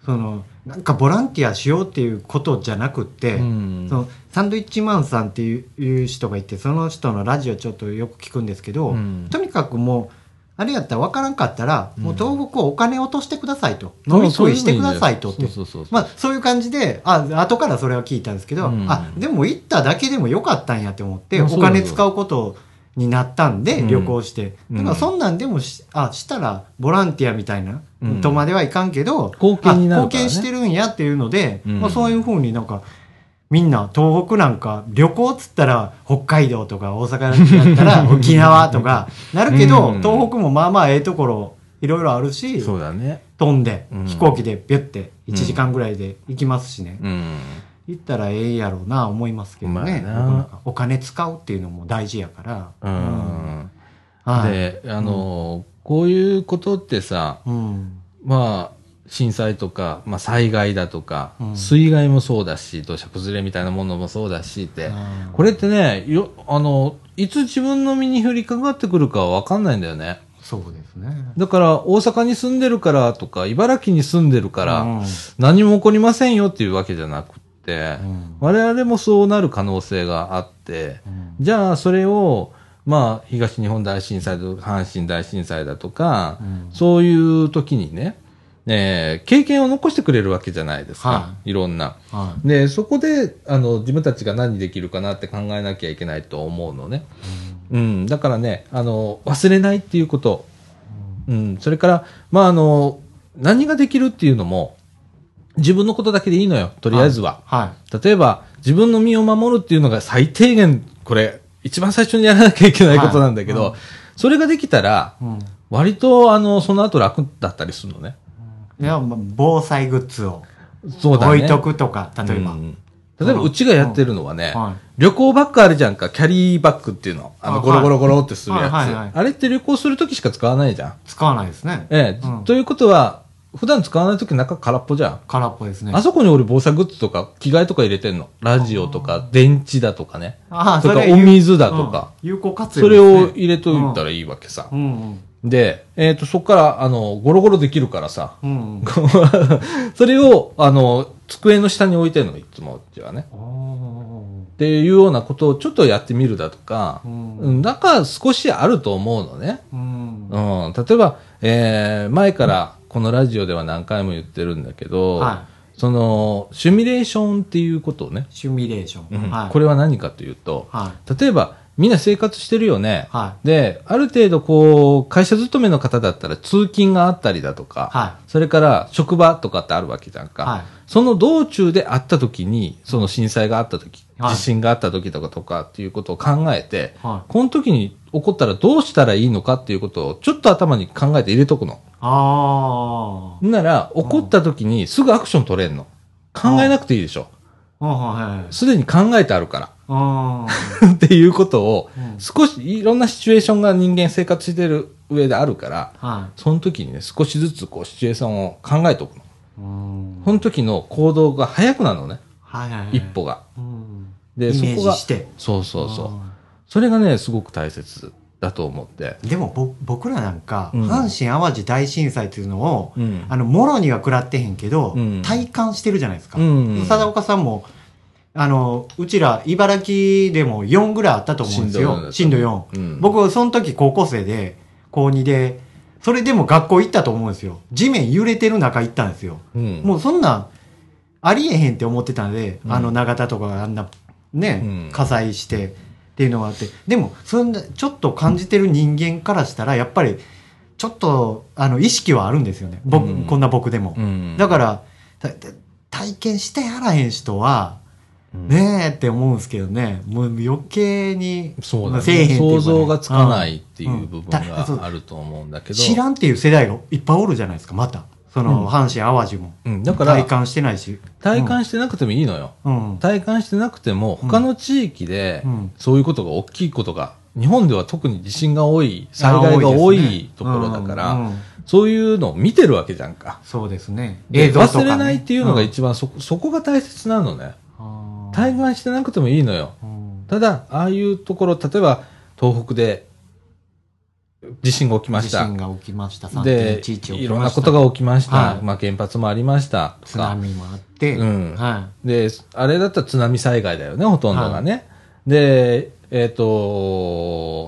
Speaker 2: その、なんかボランティアしようっていうことじゃなくって、
Speaker 1: うん
Speaker 2: そのサンドイッチマンさんっていういう人がいて、その人のラジオちょっとよく聞くんですけど、
Speaker 1: うん
Speaker 2: とにかくもう、あれやったらわからんかったら、もう東北をお金落としてくださいと、飲み食いしてくださいとって
Speaker 1: そうそうそうそう
Speaker 2: まあ、そういう感じで、あ、後からそれは聞いたんですけど、
Speaker 1: うん
Speaker 2: あ、でも行っただけでもよかったんやって思って、
Speaker 1: うんそう
Speaker 2: お金使うことをになったんで、
Speaker 1: うん
Speaker 2: 旅行して。
Speaker 1: うん
Speaker 2: だからそんなんでもし、あ、したら、ボランティアみたいな、
Speaker 1: うん
Speaker 2: とまではいかんけど、
Speaker 1: 貢献になるからね
Speaker 2: あ貢献してるんやっていうので、
Speaker 1: うん
Speaker 2: まあそういうふうになんか、みんな東北なんか旅行っつったら北海道とか大阪だった ら沖縄とかなるけど、
Speaker 1: うん
Speaker 2: 東北もまあまあええところいろいろあるし
Speaker 1: そうだね。
Speaker 2: 飛んで、
Speaker 1: うん
Speaker 2: 飛行機でビュッて1時間ぐらいで行きますしね、
Speaker 1: うん。
Speaker 2: 行ったらええやろうな思いますけど
Speaker 1: まあ
Speaker 2: ね、
Speaker 1: な
Speaker 2: 僕なんかお金使うっていうのも大事やから、
Speaker 1: う
Speaker 2: うん
Speaker 1: ん。
Speaker 2: はい
Speaker 1: で、あの、こういうことってさ、
Speaker 2: うん
Speaker 1: まあ、震災とか、まあ、災害だとか、
Speaker 2: うん
Speaker 1: 水害もそうだし、土砂崩れみたいなものもそうだしって、
Speaker 2: あー
Speaker 1: これってね、よ、あの、いつ自分の身に降りかかってくるかはわかんないんだよね。
Speaker 2: そうですね
Speaker 1: だから、大阪に住んでるからとか、茨城に住んでるから、
Speaker 2: うん
Speaker 1: 何も起こりませんよっていうわけじゃなくって、
Speaker 2: うん
Speaker 1: 我々もそうなる可能性があって、
Speaker 2: うん
Speaker 1: じゃあそれを、まあ、東日本大震災と阪神大震災だとか、
Speaker 2: うん
Speaker 1: そういう時にね、えー経験を残してくれるわけじゃないですか、、
Speaker 2: はい
Speaker 1: ろんな。
Speaker 2: はい
Speaker 1: で、そこで、あの、自分たちが何できるかなって考えなきゃいけないと思うのね。うん、だからね、あの、忘れないっていうこと、うん、それから、まあ、あの、何ができるっていうのも、自分のことだけでいいのよ、とりあえずは。
Speaker 2: は
Speaker 1: 例えば、自分の身を守るっていうのが最低限、これ、一番最初にやらなきゃいけないことなんだけど、
Speaker 2: はいうん
Speaker 1: それができたら
Speaker 2: い、、うん
Speaker 1: 割と、あの、その後楽だったりするのね。
Speaker 2: いや、まあ、防災グッズを
Speaker 1: そうだね。
Speaker 2: 置いとくとか、例えば。
Speaker 1: うん例えば、うちがやってるのはね、
Speaker 2: は
Speaker 1: 旅行バッグあるじゃんか、キャリーバッグっていうの。あの、
Speaker 2: あ
Speaker 1: ゴロゴロゴロってするやつ。
Speaker 2: はいはいはい
Speaker 1: あれって旅行するときしか使わないじゃん。
Speaker 2: い。使わないですね。
Speaker 1: ええ、
Speaker 2: うん
Speaker 1: ということは、普段使わないとき中空っぽじゃん。
Speaker 2: 空っぽですね。
Speaker 1: あそこに俺防災グッズとか着替えとか入れてんの。ラジオとか電池だとかね。
Speaker 2: あ
Speaker 1: とか
Speaker 2: れ有
Speaker 1: お水だとか。
Speaker 2: うん有効活用
Speaker 1: そ
Speaker 2: で
Speaker 1: れ
Speaker 2: すね、
Speaker 1: を入れといたらいいわけさ
Speaker 2: う。ん
Speaker 1: で、えっ、と、そこから、あの、ゴロゴロできるからさ。
Speaker 2: うん。うんうん。
Speaker 1: それを、あの、机の下に置いてるの、いつもうちはね。
Speaker 2: お
Speaker 1: っていうようなことをちょっとやってみるだとか
Speaker 2: ーう、ん
Speaker 1: うん、なんか少しあると思うのね。
Speaker 2: うん。
Speaker 1: うん、例えば、えー前からこのラジオでは何回も言ってるんだけど、
Speaker 2: は
Speaker 1: そのシミュレーションっていうことをね、
Speaker 2: シミュレーション。はい。
Speaker 1: こ
Speaker 2: れ。
Speaker 1: れは何かというと、
Speaker 2: は
Speaker 1: 例えばみんな生活してるよね
Speaker 2: い。、は
Speaker 1: である程度こう会社勤めの方だったら通勤があったりだとか、
Speaker 2: は
Speaker 1: それから職場とかってあるわけじゃんか、
Speaker 2: はい
Speaker 1: その道中であった時にその震災があった時、
Speaker 2: はい
Speaker 1: 地震があった時とかとかっていうことを考えて、
Speaker 2: はい
Speaker 1: この時に起こったらどうしたらいいのかっていうことをちょっと頭に考えて入れとくの。
Speaker 2: い。あ
Speaker 1: なら、起こった時にすぐアクション取れんの。考えなくていいでしょ。
Speaker 2: あ。うんはいはい。
Speaker 1: すでに考えてあるから。
Speaker 2: あ
Speaker 1: っていうことを、
Speaker 2: うん
Speaker 1: 少しいろんなシチュエーションが人間生活してる上であるから、
Speaker 2: あ。は
Speaker 1: その時にね、少しずつこうシチュエーションを考えておくの。
Speaker 2: い。うん。
Speaker 1: その時の行動が早くなるのね、
Speaker 2: はいはいはい。
Speaker 1: 一歩が。
Speaker 2: うん。
Speaker 1: で、
Speaker 2: イ
Speaker 1: そ
Speaker 2: メ
Speaker 1: こ
Speaker 2: ー
Speaker 1: が
Speaker 2: ジ、して。
Speaker 1: そうそうそう。それがね、すごく大切だと思って。
Speaker 2: う。でもぼ僕らなんか、
Speaker 1: うん
Speaker 2: 阪神・淡路大震災というのを、
Speaker 1: うん
Speaker 2: あの、もろには食らってへんけど、
Speaker 1: うん
Speaker 2: 体感してるじゃないですか。
Speaker 1: うん
Speaker 2: 貞岡さんも、あの、うちら、茨城でも4ぐらいあったと思うんですよ。
Speaker 1: 震
Speaker 2: 震度
Speaker 1: 度
Speaker 2: 4。
Speaker 1: うん
Speaker 2: 僕、その時高校生で、高2で、それでも学校行ったと思うんですよ。地面揺れてる中行ったんですよ。
Speaker 1: うん
Speaker 2: もうそんなん、ありえへんって思ってたんで、
Speaker 1: うん
Speaker 2: あの、長田とかがあんな、ね、
Speaker 1: うん
Speaker 2: 火災してっていうのがあって、でも、そんな、ちょっと感じてる人間からしたら、やっぱり、ちょっと、あの、意識はあるんですよね。僕、
Speaker 1: うん
Speaker 2: こんな僕でも。
Speaker 1: うん
Speaker 2: だから、たた体験してやらへん人は、
Speaker 1: うん
Speaker 2: ねえって思うんですけどね。もう余計に、
Speaker 1: そう
Speaker 2: ま
Speaker 1: だ
Speaker 2: あ
Speaker 1: ね
Speaker 2: せえへんっていうかね
Speaker 1: 想像がつかないってい
Speaker 2: ん
Speaker 1: う部分
Speaker 2: んたそう
Speaker 1: があると思うんだけど、
Speaker 2: 知らんっていう世代がいっぱいおるじゃないですか、また。その、
Speaker 1: うん
Speaker 2: 阪神、淡路も。
Speaker 1: うん、だから
Speaker 2: 体感してないし。
Speaker 1: 体感してなくてもいいのよ、
Speaker 2: うん。
Speaker 1: 体感してなくても他の地域で
Speaker 2: うん
Speaker 1: そういうことが大きいことが日本では特に地震が多い災害が多いところだから、
Speaker 2: うんうん
Speaker 1: そういうのを見てるわけじゃんか
Speaker 2: そうですね。
Speaker 1: で
Speaker 2: 映像と
Speaker 1: 忘
Speaker 2: か、ね。
Speaker 1: れないっていうのが一番そ,、こそこが大切なのね
Speaker 2: 番
Speaker 1: 体感してなくてもいいのよただああいうところ例えば東北で地震が起きま
Speaker 2: 地
Speaker 1: した
Speaker 2: 震が起きました。
Speaker 1: で
Speaker 2: 3.11起きました。
Speaker 1: いろんなことが起きました、
Speaker 2: はい
Speaker 1: まあ、原発もありましたと
Speaker 2: 津
Speaker 1: か
Speaker 2: 波もあって。
Speaker 1: うん
Speaker 2: は
Speaker 1: であれだったら津波災害だよねほとんどがね、でえっ、と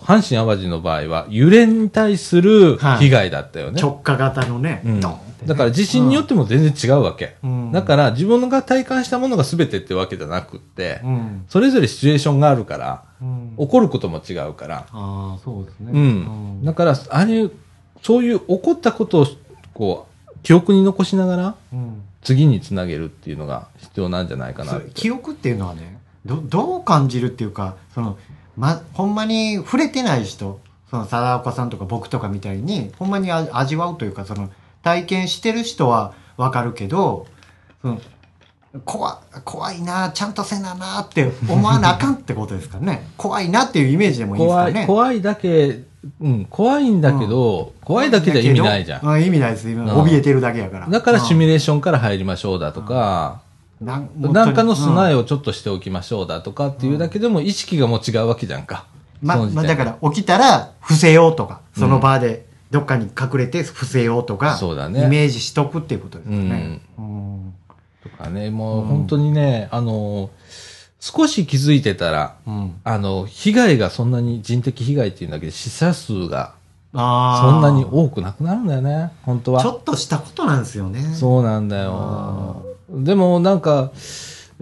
Speaker 1: 阪神・淡路の場合は揺れに対する被害だったよ
Speaker 2: い。
Speaker 1: ね、
Speaker 2: 直下型のね、
Speaker 1: うん
Speaker 2: ドーンっって、
Speaker 1: だから地震によっても全然違うわけ。
Speaker 2: うん
Speaker 1: だから自分が体感したものが全てってわけじゃなくって、
Speaker 2: うん
Speaker 1: それぞれシチュエーションがあるから、
Speaker 2: うん
Speaker 1: 起こることも違うから。
Speaker 2: ああそうですね
Speaker 1: うん。
Speaker 2: うん
Speaker 1: だから、あれそういう起こったことを、こう、記憶に残しながら、
Speaker 2: うん
Speaker 1: 次につなげるっていうのが必要なんじゃないかな
Speaker 2: そ
Speaker 1: っ
Speaker 2: う
Speaker 1: て。
Speaker 2: 記憶っていうのはねどどう感じるっていうかその、ま、ほんまに触れてない人その貞岡さんとか僕とかみたいにほんまにあ味わうというかその体験してる人はわかるけどその怖怖いなちゃんとせななって思わなあかんってことです かね怖いなっていうイメージでもいいです
Speaker 1: 怖
Speaker 2: か
Speaker 1: い、
Speaker 2: ね
Speaker 1: 怖いだけ、うん、怖いんだけど、怖いだけじゃ意味ないじゃん。
Speaker 2: う意味ないです意味ない怯えてるだけやから
Speaker 1: だからシミ
Speaker 2: ュ
Speaker 1: ュレーションから入りましょうだとか、
Speaker 2: なん
Speaker 1: なんかの備え
Speaker 2: え
Speaker 1: をちょっとしておきましょうだとかっていうだけでも意識がもう違うわけじゃんか。
Speaker 2: ま
Speaker 1: その時
Speaker 2: まあ、
Speaker 1: 点で
Speaker 2: だから起きたら伏せようとかその場でどっかに隠れて伏せようとか、
Speaker 1: そうだね
Speaker 2: イメージしとくっていうことですよね。うん
Speaker 1: とかね、もう本当にね、あの、少し気づいてたら、
Speaker 2: うん
Speaker 1: あの、被害がそんなに、人的被害っていうんだけど、死者数が
Speaker 2: あー
Speaker 1: そんなに多くなくなるんだよね、本当
Speaker 2: ちょ
Speaker 1: は。
Speaker 2: っとしたことなんですよね。
Speaker 1: そうなんだよ。でもなんか、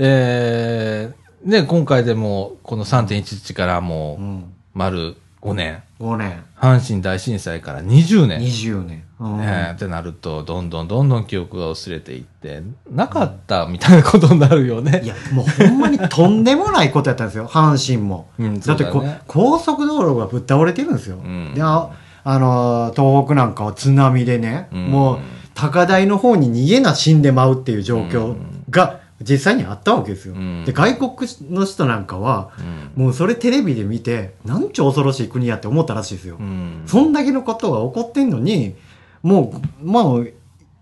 Speaker 1: えー、ね、今回でも、この3.11からも
Speaker 2: う、
Speaker 1: うん丸5年、
Speaker 2: 5年
Speaker 1: 阪神大震災から20年。
Speaker 2: 20年、うん
Speaker 1: ねえってなると、どんどんどんどん記憶が薄れていって、なかったみたいなことになるよね。
Speaker 2: いやもうほんまにとんでもないことやったんですよ阪神も。
Speaker 1: うん
Speaker 2: だってこ
Speaker 1: そうだね
Speaker 2: 高速道路がぶっ倒れてるんですよ。
Speaker 1: ん
Speaker 2: でああのー東北なんかは津波でね、
Speaker 1: うん
Speaker 2: もう高台の方に逃げな死んでまうっていう状況が実際にあったわけですよ。
Speaker 1: うん
Speaker 2: で外国の人なんかは、もうそれテレビで見てなんちゅう恐ろしい国やって思ったらしいですよ。
Speaker 1: うん
Speaker 2: そんだけのことが起こってんのにもうまあ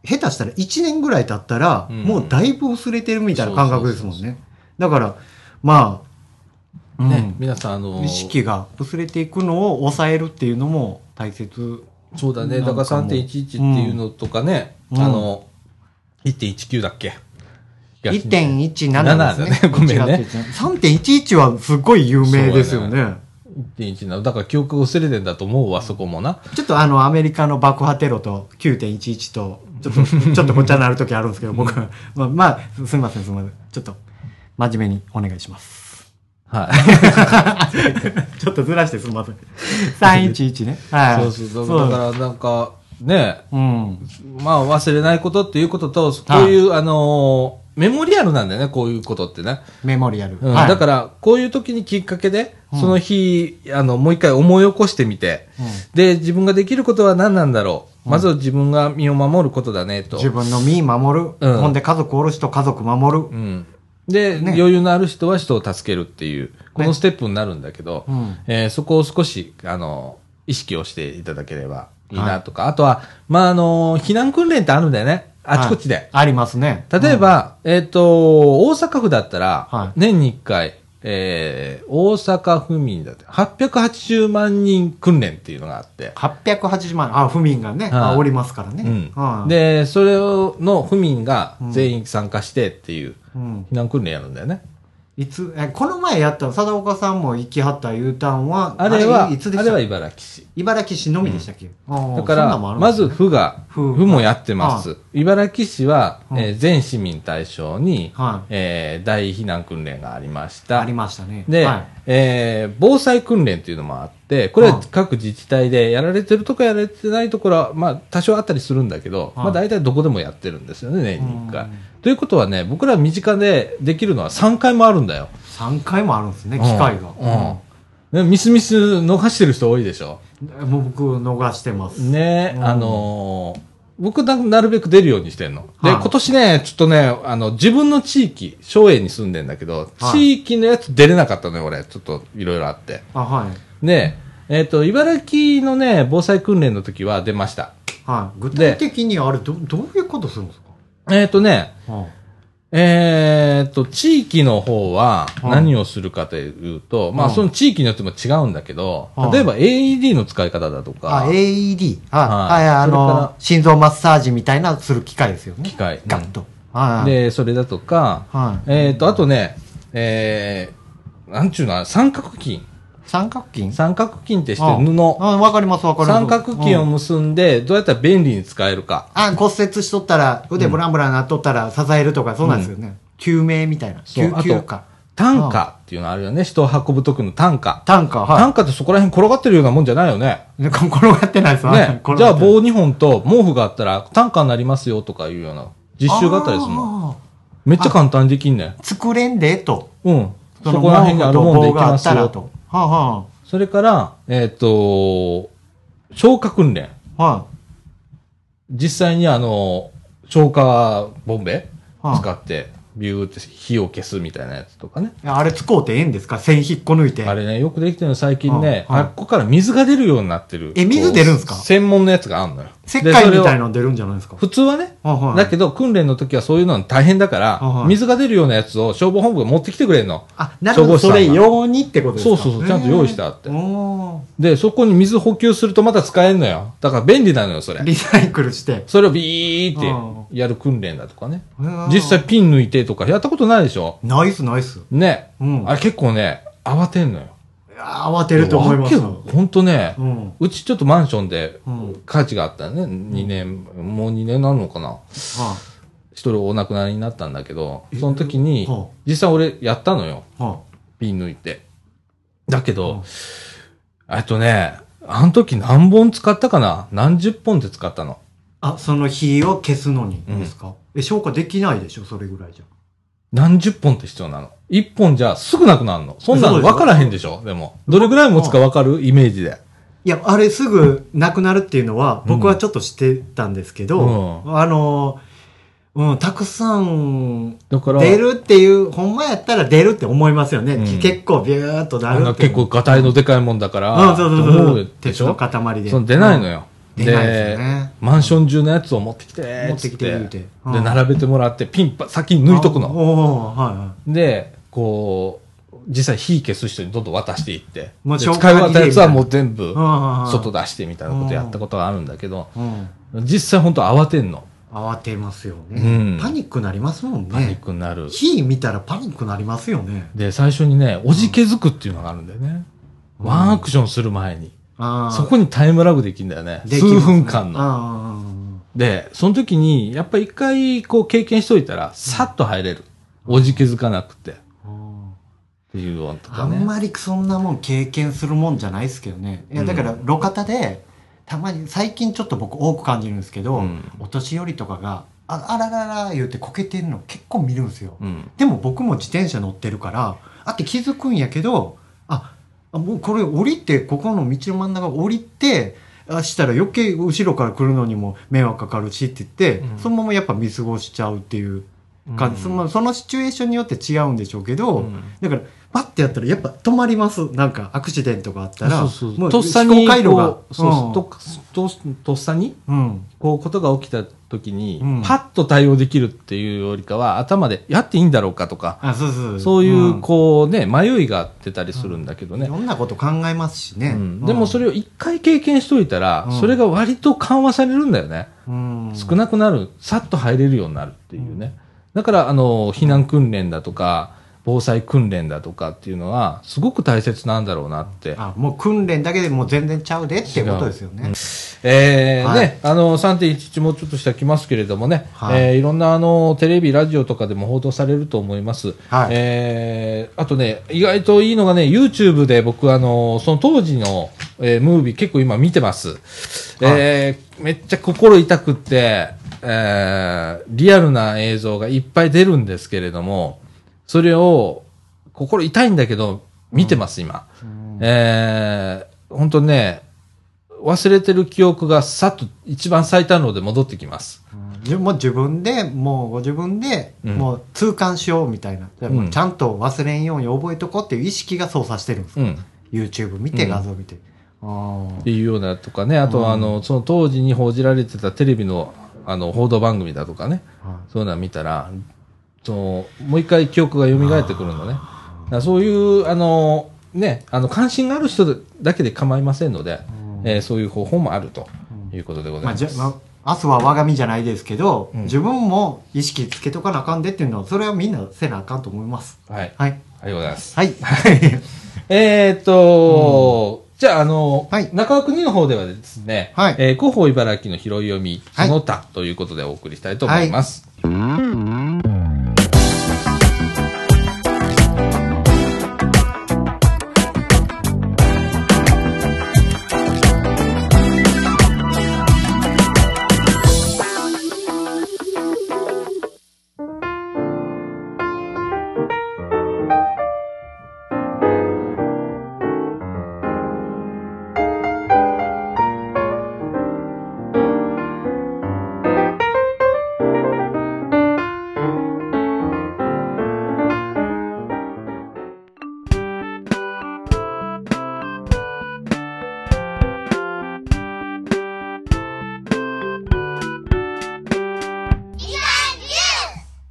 Speaker 2: 下手したら1年ぐらい経ったら、
Speaker 1: うん
Speaker 2: もうだいぶ薄れてるみたいな感覚ですもん
Speaker 1: そう
Speaker 2: ね。だからまあ、うん
Speaker 1: ね、皆さん、あのー
Speaker 2: 意識が薄れていくのを抑えるっていうのも大切。
Speaker 1: そうだね、
Speaker 2: な
Speaker 1: だ
Speaker 2: ん
Speaker 1: か
Speaker 2: からもう
Speaker 1: 3.11っていうのとかね、
Speaker 2: うん
Speaker 1: あの、1.19だっけ
Speaker 2: 1.17です ね。
Speaker 1: 7だねごめんね
Speaker 2: 3.11はすっごい有名ですよ
Speaker 1: そう
Speaker 2: ね。
Speaker 1: 1.1なの。だから記憶が薄れてんだと思うわ、そこもな。
Speaker 2: ちょっとあの、アメリカの爆破テロと9.11と、ちょっと、 ちょっとごっちゃになる時あるんですけど、僕は。まあ、まあ、すみません、すみません。ちょっと、真面目にお願い します。
Speaker 1: はい。
Speaker 2: ちょっとずらしてすみませ ん。311ね。はい。
Speaker 1: そうそうそう。だからなんか、ね、
Speaker 2: うん。
Speaker 1: まあ忘れないことっていうことと、こういう、あのーメモリアルなんだよね、こういうことってね。
Speaker 2: メモリアル。
Speaker 1: うん
Speaker 2: はい
Speaker 1: だから、こういう時にきっかけで、その日、あの、もう一回思い起こしてみて、
Speaker 2: うん
Speaker 1: で、自分ができることは何なんだろう。まずは自分が身を守ることだね、と。
Speaker 2: 自分の身守る。
Speaker 1: うん
Speaker 2: ほんで家族おる人、家族守る。
Speaker 1: うん。で、
Speaker 2: ね
Speaker 1: 余裕のある人は人を助けるっていう、このステップになるんだけど、
Speaker 2: うん
Speaker 1: えーそこを少し、あの、意識をしていただければいいなとか、あとは、まあ、あの、避難訓練ってあるんだよね。あちこち
Speaker 2: はい
Speaker 1: で。
Speaker 2: ありますね。
Speaker 1: 例えば、えっ、と、大阪府だった
Speaker 2: は
Speaker 1: ら
Speaker 2: い、
Speaker 1: 年に1回、えー大阪府民だって、880万人訓練っていうのがあって、
Speaker 2: 880万、あ、府民が
Speaker 1: は
Speaker 2: ね、
Speaker 1: い
Speaker 2: あおりますからね。
Speaker 1: うん、
Speaker 2: で、
Speaker 1: で、それをの府民が全員参加してっていう、
Speaker 2: うん
Speaker 1: 避難訓練やるんだよね。
Speaker 2: いつ、え、この前やった、佐田岡さんも行きはった U ターンは、
Speaker 1: あれは、あ
Speaker 2: いつでし
Speaker 1: れ
Speaker 2: た
Speaker 1: は
Speaker 2: っけ
Speaker 1: 茨城市。
Speaker 2: 茨城市のみでしたっけ、ああ
Speaker 1: だか
Speaker 2: そんな
Speaker 1: ら、
Speaker 2: んもあるんで
Speaker 1: ます
Speaker 2: ね
Speaker 1: ず府が、
Speaker 2: 府
Speaker 1: 府もやってます。
Speaker 2: あ
Speaker 1: 茨城市は、
Speaker 2: うん
Speaker 1: えー全市民対象に、
Speaker 2: はい
Speaker 1: えー大避難訓練がありました。
Speaker 2: ありましたね。
Speaker 1: で、
Speaker 2: はい
Speaker 1: えー防災訓練っていうのもあって、これ
Speaker 2: う
Speaker 1: は
Speaker 2: ん
Speaker 1: 各自治体でやられてるとこやられてないところは、まあ多少あったりするんだけど、
Speaker 2: うん
Speaker 1: まあ大体どこでもやってるんですよね、年に1
Speaker 2: う
Speaker 1: 回
Speaker 2: ん。
Speaker 1: ということはね、僕ら身近でできるのは3回もあるんだよ。
Speaker 2: 3回もあるんですね、機械が。
Speaker 1: うん。うん。ミスミス逃してる人多いでしょ。
Speaker 2: うんもう僕、逃してます。
Speaker 1: ね、
Speaker 2: うん
Speaker 1: あのー僕な、なるべく出るようにしてんの。で、
Speaker 2: はい
Speaker 1: 今年ね、ちょっとね、あの、自分の地域、松江に住んでんだけど、
Speaker 2: はい
Speaker 1: 地域のやつ出れなかったのよ、俺。ちょっと、いろいろあって。
Speaker 2: あ、はい。
Speaker 1: で、えっ、と、茨城のね、防災訓練の時は出ました。
Speaker 2: はい。具体的に、あれ、ど、どういうことするんですか
Speaker 1: えっ、とね、
Speaker 2: は
Speaker 1: えっ、と、地域の方は
Speaker 2: うん
Speaker 1: 何をするかというと、まあ、
Speaker 2: うん
Speaker 1: その地域によっても違うんだけど
Speaker 2: うん、
Speaker 1: 例えば AED の使い方だと
Speaker 2: あ、
Speaker 1: か、
Speaker 2: AED。
Speaker 1: は
Speaker 2: はいい。はい、あ
Speaker 1: それから
Speaker 2: の、心臓マッサージみたいなする機械ですよね。
Speaker 1: 機械
Speaker 2: ガッと。はい。
Speaker 1: で、それだとか、
Speaker 2: はい。
Speaker 1: えっ、と、あとね、えー、なんちゅうの、三角筋。
Speaker 2: 三角巾
Speaker 1: 三角巾ってして
Speaker 2: あ
Speaker 1: 布。
Speaker 2: あわかりますわかります。
Speaker 1: 三角巾を
Speaker 2: うん
Speaker 1: 結んで、どうやったら便利に使えるか。
Speaker 2: あ、骨折しとったら、腕ブランブランなっとったら支えるとか、そうなんですよね。救命みたいな。
Speaker 1: そう
Speaker 2: 救急か。
Speaker 1: 単価っていうのあるよね。人を運ぶ時の単価。
Speaker 2: 単価、は
Speaker 1: 単価ってそこら辺転がってるようなもんじゃないよね。
Speaker 2: い。ね転がってないですはい
Speaker 1: ね
Speaker 2: 転がってない
Speaker 1: じゃあ棒2本と毛布があったら単価になりますよとかいうような実習があったりするの。
Speaker 2: あ
Speaker 1: めっちゃ簡単にできんねん。
Speaker 2: ー作れんで、と。
Speaker 1: うん。そ
Speaker 2: の
Speaker 1: こら辺にあるもんでいきます
Speaker 2: 棒があ
Speaker 1: よ
Speaker 2: ったらと。はあ、は
Speaker 1: それから、えっ、と、消火訓練。
Speaker 2: あ、は
Speaker 1: 実際にあの、消火ボンベ
Speaker 2: あ、はあ
Speaker 1: 使って、ビューって火を消すみたいなやつとかね。
Speaker 2: いやあれ使うてええんですか線引っこ抜いて。
Speaker 1: あれね、よくできてるの最近ね、
Speaker 2: うんうん
Speaker 1: あっこから水が出るようになってる。
Speaker 2: え水出るんすか
Speaker 1: こう専門のやつがあんのよ。
Speaker 2: 石灰みたい
Speaker 1: な。
Speaker 2: なの出るんじゃないですか。
Speaker 1: 普通はね、
Speaker 2: はいはい
Speaker 1: だけど訓練の時はそういうの大変だから、
Speaker 2: はいはい
Speaker 1: 水が出るようなやつを消防本部が持ってきてくれんの。
Speaker 2: あ、なる
Speaker 1: 消
Speaker 2: ほど。
Speaker 1: 防士さん
Speaker 2: そ
Speaker 1: が
Speaker 2: れ用にってことです
Speaker 1: そう
Speaker 2: か
Speaker 1: そうそう、ちゃんと用意してあって。
Speaker 2: お
Speaker 1: で、そこに水補給するとまた使えんのよ。だから便利なのよ、それ
Speaker 2: ー。リサイクルして。
Speaker 1: それをビーってやる訓練だとかね。
Speaker 2: うん
Speaker 1: 実際ピン抜いてとかやったことないでしょ
Speaker 2: ナイスナイス。
Speaker 1: ね。
Speaker 2: うん
Speaker 1: あれ結構ね、慌てんのよ。
Speaker 2: いやー慌てると思います。う
Speaker 1: ほんとね、
Speaker 2: ん。
Speaker 1: うちちょっとマンションで
Speaker 2: うん
Speaker 1: 火事があったね。2年、もう2年なのかな。
Speaker 2: は
Speaker 1: 一人お亡くなりになったんだけど、
Speaker 2: え
Speaker 1: その時に
Speaker 2: は、
Speaker 1: 実際俺やったのよ。
Speaker 2: あ、は
Speaker 1: ピン抜いて。だけど、えっとね、あの時何本使ったかな何十本で使ったの。
Speaker 2: あ、あ、その火を消すのに
Speaker 1: うん
Speaker 2: ですか、え、消化できないでしょそれぐらいじゃ。
Speaker 1: 何十本って必要なの。一本じゃすぐなくなるの。そんな
Speaker 2: そ
Speaker 1: の
Speaker 2: うでしょ
Speaker 1: 分からへんでしょでも。どれぐらい持つか分かるイメージで。
Speaker 2: いや、あれすぐなくなるっていうのは、
Speaker 1: うん
Speaker 2: 僕はちょっとしてたんですけど、
Speaker 1: う
Speaker 2: あのー、うん、たくさん
Speaker 1: だから、
Speaker 2: 出るっていう、ほんまやったら出るって思いますよね。
Speaker 1: うん
Speaker 2: 結構ビューっとな
Speaker 1: あん
Speaker 2: る
Speaker 1: な
Speaker 2: っていう
Speaker 1: 結構ガタイのでかいもんだから、
Speaker 2: うん、そうそう
Speaker 1: って
Speaker 2: そ
Speaker 1: 思
Speaker 2: う。
Speaker 1: でし
Speaker 2: 鉄の
Speaker 1: ょ
Speaker 2: 塊で。
Speaker 1: その出ないのよ。
Speaker 2: うん。出ないですよね。
Speaker 1: マンション中のやつを持ってきてー
Speaker 2: 持
Speaker 1: っ
Speaker 2: っ
Speaker 1: つ
Speaker 2: て
Speaker 1: っ
Speaker 2: き
Speaker 1: て
Speaker 2: て
Speaker 1: で
Speaker 2: 言うてうん
Speaker 1: 並べてもらってピンパ先に抜いとく
Speaker 2: あ
Speaker 1: の
Speaker 2: おーはいはい。
Speaker 1: でこう実際火消す人にどんどん渡していって
Speaker 2: もう
Speaker 1: で使い
Speaker 2: 消
Speaker 1: 終
Speaker 2: 火器で
Speaker 1: わったやつはもう全部
Speaker 2: 外
Speaker 1: 外。出してみたいなことやったことがあるんだけど
Speaker 2: うん。
Speaker 1: 実際本当慌てんの
Speaker 2: 慌てますよ
Speaker 1: うん
Speaker 2: ね。パニックなりますもん
Speaker 1: パニッ
Speaker 2: ね。
Speaker 1: クになる
Speaker 2: 火見たらパニックなりますよね。
Speaker 1: で最初にねおじけづくっていうのがあるんだよね
Speaker 2: うん
Speaker 1: ワンアクションする前に
Speaker 2: あー
Speaker 1: そこにタイムラグできるんだよね
Speaker 2: できますね
Speaker 1: 数分間の
Speaker 2: あー
Speaker 1: で、その時に、やっぱり一回こう経験しといたら、さっと入れる。おじけづかなくて。っ
Speaker 2: あー
Speaker 1: ていうのと
Speaker 2: あ
Speaker 1: か
Speaker 2: ん
Speaker 1: ね。
Speaker 2: まりそんなもん経験するもんじゃないですけどね。いや、だから、路肩で、たまに、最近ちょっと僕多く感じるんですけど、
Speaker 1: うん
Speaker 2: お年寄りとかが、ああららら言ってこけてるの結構見るんですよ。
Speaker 1: うん。
Speaker 2: でも僕も自転車乗ってるから、あって気づくんやけど、あ、あもうこれ降りて、ここの道の真ん中降りて、あしたら余計後ろから来るのにも迷惑かかるしって言って、
Speaker 1: うん
Speaker 2: そのままやっぱ見過ごしちゃうっていう感じ、
Speaker 1: うん
Speaker 2: そのそのシチュエーションによって違うんでしょうけ
Speaker 1: う
Speaker 2: ど、
Speaker 1: ん
Speaker 2: だからパッてやったらやっぱ止まりますなんかアクシデントがあったら
Speaker 1: そうそう
Speaker 2: もう
Speaker 1: とっさに、
Speaker 2: 思考回路が
Speaker 1: こうそうそうとととっさに、
Speaker 2: うん、うん
Speaker 1: こうことが起きた時に
Speaker 2: うん、
Speaker 1: パッと対応できるっていうよりかは、頭でやっていいんだろうかとか、
Speaker 2: あそうそう
Speaker 1: そうい
Speaker 2: ん
Speaker 1: う、こうね、迷いが出たりするんだけど
Speaker 2: い
Speaker 1: ね。
Speaker 2: ろんなこと考えますしね、
Speaker 1: うんでもそ
Speaker 2: れ、
Speaker 1: れを一回経験しといたら
Speaker 2: う、ん
Speaker 1: それが割と緩和されるんだよね。
Speaker 2: うん、
Speaker 1: 少なくなる、さっと入れるようになるっていうね。だから、あの、避難訓練だとか、防災訓練だとかっていうのは、すごく大切なんだろうなって。
Speaker 2: あもう訓練だけでもう全然ちゃうでっていうことですよね。
Speaker 1: えー
Speaker 2: はい
Speaker 1: ね、あの、3.11もうちょっとしたきますけれどもね、
Speaker 2: はい
Speaker 1: えーいろんな、あの、テレビ、ラジオとかでも報道されると思います。
Speaker 2: はい
Speaker 1: えーあとね、意外といいのがね、YouTube で僕、あの、その当時の、えームービー結構今見てます。えーめっちゃ心痛くって、えーリアルな映像がいっぱい出るんですけれども、それを、心痛いんだけど、見てます、今。えー、本当ね、忘れてる記憶がさっと一番最短路で戻ってきます。
Speaker 2: でもう自分でもうご自分で
Speaker 1: うん
Speaker 2: もう痛感しようみたいな、
Speaker 1: ん
Speaker 2: もうちゃんと忘れんように覚えとこうっていう意識が操作してるんです、
Speaker 1: うん。っ
Speaker 2: YouTube 見
Speaker 1: う
Speaker 2: て
Speaker 1: ん
Speaker 2: 画像見て、あー
Speaker 1: ていうようなとかね、あとはあの、その当時に報じられてたテレビの、あの、報道番組だとかね、
Speaker 2: はい
Speaker 1: そういうのは見たら、その、もう一回記憶が蘇ってくるのね。だからそういう、あの、ね、あの、関心がある人だけで構いませんので、えーそういう方法もあるということでござい
Speaker 2: まあ、
Speaker 1: ま
Speaker 2: じ
Speaker 1: す。
Speaker 2: ゃまあ明日は我が身じゃないですけど、
Speaker 1: うん
Speaker 2: 自分も意識つけとかなあかんでっていうのはそれはみんなせなあかんと思います
Speaker 1: はい。あ
Speaker 2: はい
Speaker 1: りがとうございます。
Speaker 2: はい
Speaker 1: えーっと、じゃあ、あの、
Speaker 2: はい
Speaker 1: 中川国の方ではですね、
Speaker 2: はい
Speaker 1: えー広報茨城の拾い読み、そ
Speaker 2: はい
Speaker 1: の他ということでお送りしたいと思います。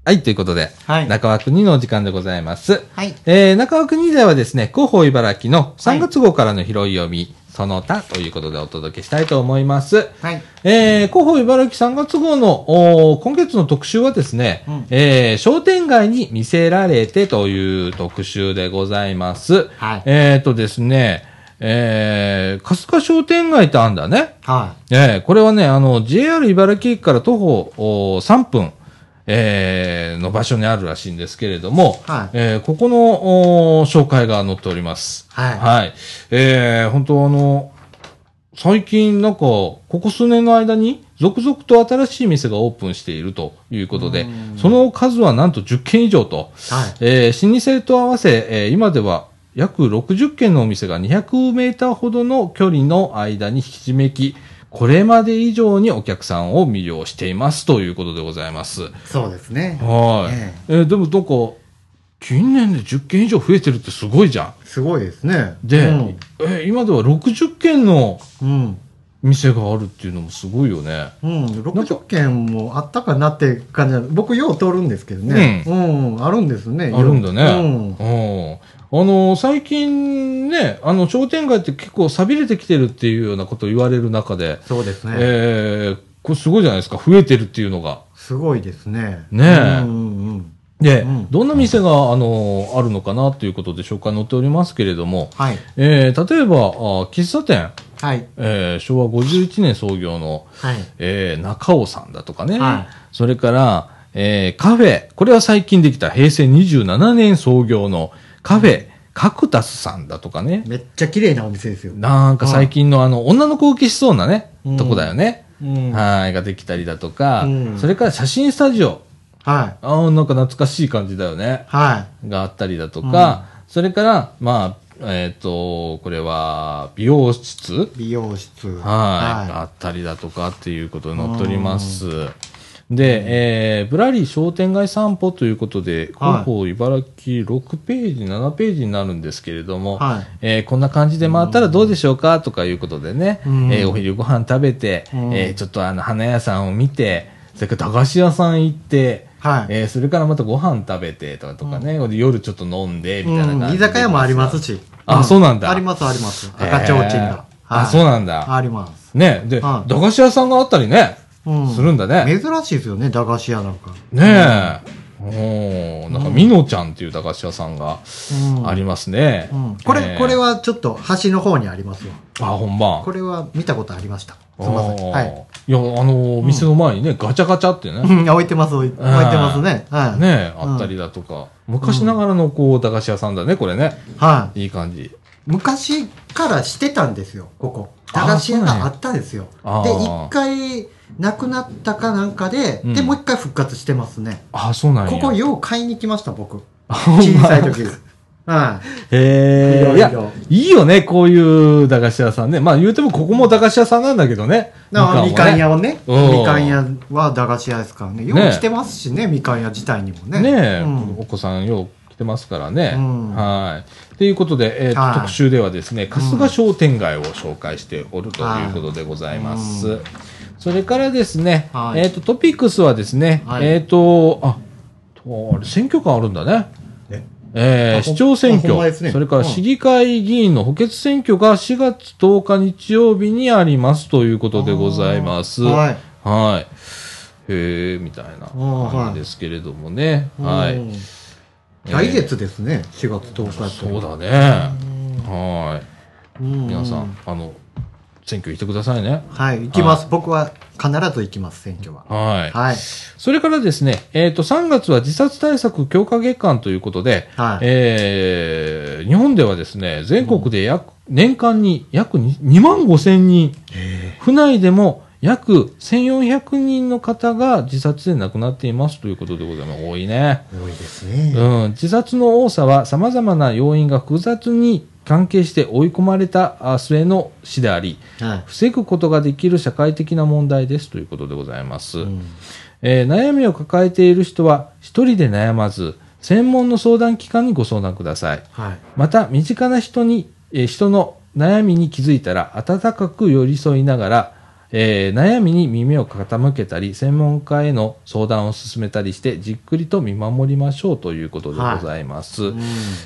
Speaker 1: はい、ということで、
Speaker 2: はい
Speaker 1: 中川国のお時間でございます。
Speaker 2: はい。
Speaker 1: えー中川国ではですね、広報茨城の3月号からの拾い読み、その他ということでお届けしたいと思います。
Speaker 2: はい。
Speaker 1: えー、広報茨城3月号のおー今月の特集はですね、
Speaker 2: うん
Speaker 1: えー商店街に見せられてという特集でございます。
Speaker 2: はい
Speaker 1: えっ、とですね、えー、春日商店街ってあんだね。
Speaker 2: は
Speaker 1: えー、これはね、あの、JR 茨城駅から徒歩おー3分、えー、の場所にあるらしいんですけれども、
Speaker 2: はい
Speaker 1: えーここのおー紹介が載っております。
Speaker 2: はい
Speaker 1: えー、本当あの、最近なんか、ここ数年の間に続々と新しい店がオープンしているということで、その数はなんと10件以上と、
Speaker 2: はい
Speaker 1: えー老舗と合わせ、えー今では約60軒のお店が200メーターほどの距離の間にひしめき、これまで以上にお客さんを魅了していますということでございます。
Speaker 2: い。そうですね。
Speaker 1: はい。
Speaker 2: え
Speaker 1: えーでもなんか、近年で10件以上増えてるってすごいじゃん。
Speaker 2: すごいですね。
Speaker 1: で、
Speaker 2: うん
Speaker 1: えー今では60軒の
Speaker 2: うん。
Speaker 1: 店があるっていうのもすごいよね。
Speaker 2: うん、60件もあったかなって感じなの僕よう通るんですけどね、
Speaker 1: う
Speaker 2: うんあるんですね
Speaker 1: あるんだ
Speaker 2: う
Speaker 1: ね
Speaker 2: ん。
Speaker 1: うん。あの、最近ね、あの、商店街って結構錆びれてきてるっていうようなことを言われる中で、
Speaker 2: そうですね、
Speaker 1: えー、これすごいじゃないですか。増えてるっていうのが。
Speaker 2: すごいですね
Speaker 1: ねえ
Speaker 2: うんうん
Speaker 1: で、
Speaker 2: うん
Speaker 1: どんな店が、あの、あるのかなということで紹介載っておりますけれども、
Speaker 2: はい
Speaker 1: えー、例えば、あ喫茶店、
Speaker 2: はい
Speaker 1: えー、昭和51年創業の、
Speaker 2: はい
Speaker 1: えー、中尾さんだとかね、
Speaker 2: は
Speaker 1: それから、えーカフェ、これは最近できた平成27年創業のカフェ、カクタスさんだとかね、
Speaker 2: めっちゃ綺麗なお店ですよ、
Speaker 1: なんか最近のあの、女の子受けしそうなね、
Speaker 2: うん
Speaker 1: とこだよね、
Speaker 2: うんは
Speaker 1: はい、ができたりだとか、
Speaker 2: うん
Speaker 1: それから写真スタジオ、
Speaker 2: いはい
Speaker 1: あーなんか懐かしい感じだよね、があったりだとか、それから、まあ、えっ、と、これは、美容室
Speaker 2: 美容室は
Speaker 1: は
Speaker 2: い
Speaker 1: い、あったりだとかっていうことに載っております。で、えー、ぶらり商店街散歩ということで、
Speaker 2: は
Speaker 1: 広
Speaker 2: い
Speaker 1: 報茨城6ページ、7ページになるんですけれども、
Speaker 2: はい
Speaker 1: えーこんな感じで回ったらどうでしょうかとかいうことでね、
Speaker 2: うん
Speaker 1: えーお昼ご飯食べて、
Speaker 2: うん
Speaker 1: えーちょっとあの花屋さんを見て、それから駄菓子屋さん行って、
Speaker 2: はい
Speaker 1: えーそれからまたご飯食べてとかとかね、で夜ちょっと飲んでみたいな感じで、
Speaker 2: うん、居酒屋もありますし
Speaker 1: あそうなんだ
Speaker 2: ありますあります赤ちょうちんが、
Speaker 1: えーあそうなんだ
Speaker 2: あります、
Speaker 1: ね、で、
Speaker 2: はい
Speaker 1: 駄菓子屋さんがあったりね、
Speaker 2: うん
Speaker 1: するんだね。
Speaker 2: 珍しいですよね駄菓子屋なんか、
Speaker 1: ねえ。おーなんか、みのちゃんっていう駄菓子屋さんが
Speaker 2: うん
Speaker 1: ありますね。
Speaker 2: うん、これ、
Speaker 1: ええ
Speaker 2: これ。はちょっと端の方にありますわ
Speaker 1: あ、本番。
Speaker 2: これは見たことありました。すみません。
Speaker 1: おー
Speaker 2: はい。。
Speaker 1: いや、あのー、店の前にね、ガチャガチャっていうね。
Speaker 2: うん置い てます、置い置いてますね。はい。
Speaker 1: ねえ、
Speaker 2: うん
Speaker 1: あったりだとか。昔ながらの、こう、駄菓子屋さんだね、これね。
Speaker 2: はい。
Speaker 1: いい感じ。
Speaker 2: 昔からしてたんですよ、ここ。
Speaker 1: あー
Speaker 2: 駄菓子屋があったんですよ。で、
Speaker 1: そうなんやあー
Speaker 2: 一回、なくなったかなんかで、
Speaker 1: うん
Speaker 2: で、もう一回復活してますね。
Speaker 1: あ、そうなんや。
Speaker 2: ここ、よう買いに来ました、僕。
Speaker 1: ほんま
Speaker 2: 小さい。時。はい。い
Speaker 1: へ
Speaker 2: ろ
Speaker 1: え。い
Speaker 2: い
Speaker 1: や
Speaker 2: ろ、
Speaker 1: いいよね、こういう駄菓子屋さんね。まあ、言うても、ここも駄菓子屋さんなんだけどね。
Speaker 2: だからみ
Speaker 1: みかんもね
Speaker 2: かん屋をね、
Speaker 1: うん
Speaker 2: みかん屋は駄菓子屋ですからね。よう来てますしね、みかん屋自体にもね。
Speaker 1: ねえ、
Speaker 2: うん
Speaker 1: お子さんよう来てますからね。
Speaker 2: うん
Speaker 1: はい。ということで、えーと
Speaker 2: はい
Speaker 1: 特集ではですね、春日商店街を紹介しておるということでございます。
Speaker 2: はいうん
Speaker 1: それからですね、
Speaker 2: はい
Speaker 1: えっ、と、トピックスはですね、
Speaker 2: はい
Speaker 1: えっ、と、あ、とあれ選挙区あるんだね。
Speaker 2: ね
Speaker 1: えー
Speaker 2: あほん
Speaker 1: 市長選
Speaker 2: あほんま
Speaker 1: 挙、
Speaker 2: ですね
Speaker 1: それから
Speaker 2: うん
Speaker 1: 市議会議員の補欠選挙が4月10日日曜日にありますということでございます。
Speaker 2: はい。
Speaker 1: はい。へえ、みたいな感じですけれどもね。はい。
Speaker 2: うん
Speaker 1: えー
Speaker 2: 来月ですね、4月10日と
Speaker 1: そうだね。は
Speaker 2: う
Speaker 1: い。皆さん、あの、選挙行ってくださいね。
Speaker 2: はい、行きます。僕は必ず行きます、選挙は。
Speaker 1: はい。
Speaker 2: はい。
Speaker 1: それからですね、えっ、と、3月は自殺対策強化月間ということで、
Speaker 2: はい。
Speaker 1: えー日本ではですね、全国で約、年間に約2万5千人、府内でも約1400人の方が自殺で亡くなっていますということでございます。多いね。
Speaker 2: 多いですね。
Speaker 1: うん、自殺の多さは様々な要因が複雑に関係して追い込まれたあ末の死であり、
Speaker 2: は
Speaker 1: 防ぐことができる社会的な問題ですということでございます。
Speaker 2: い。うん
Speaker 1: えー悩みを抱えている人は一人で悩まず、専門の相談機関にご相談ください。
Speaker 2: はい。
Speaker 1: また、身近な人に、えー人の悩みに気づいたら、温かく寄り添いながら、えー悩みに耳を傾けたり、専門家への相談を進めたりして、じっくりと見守りましょうということでございます。
Speaker 2: うん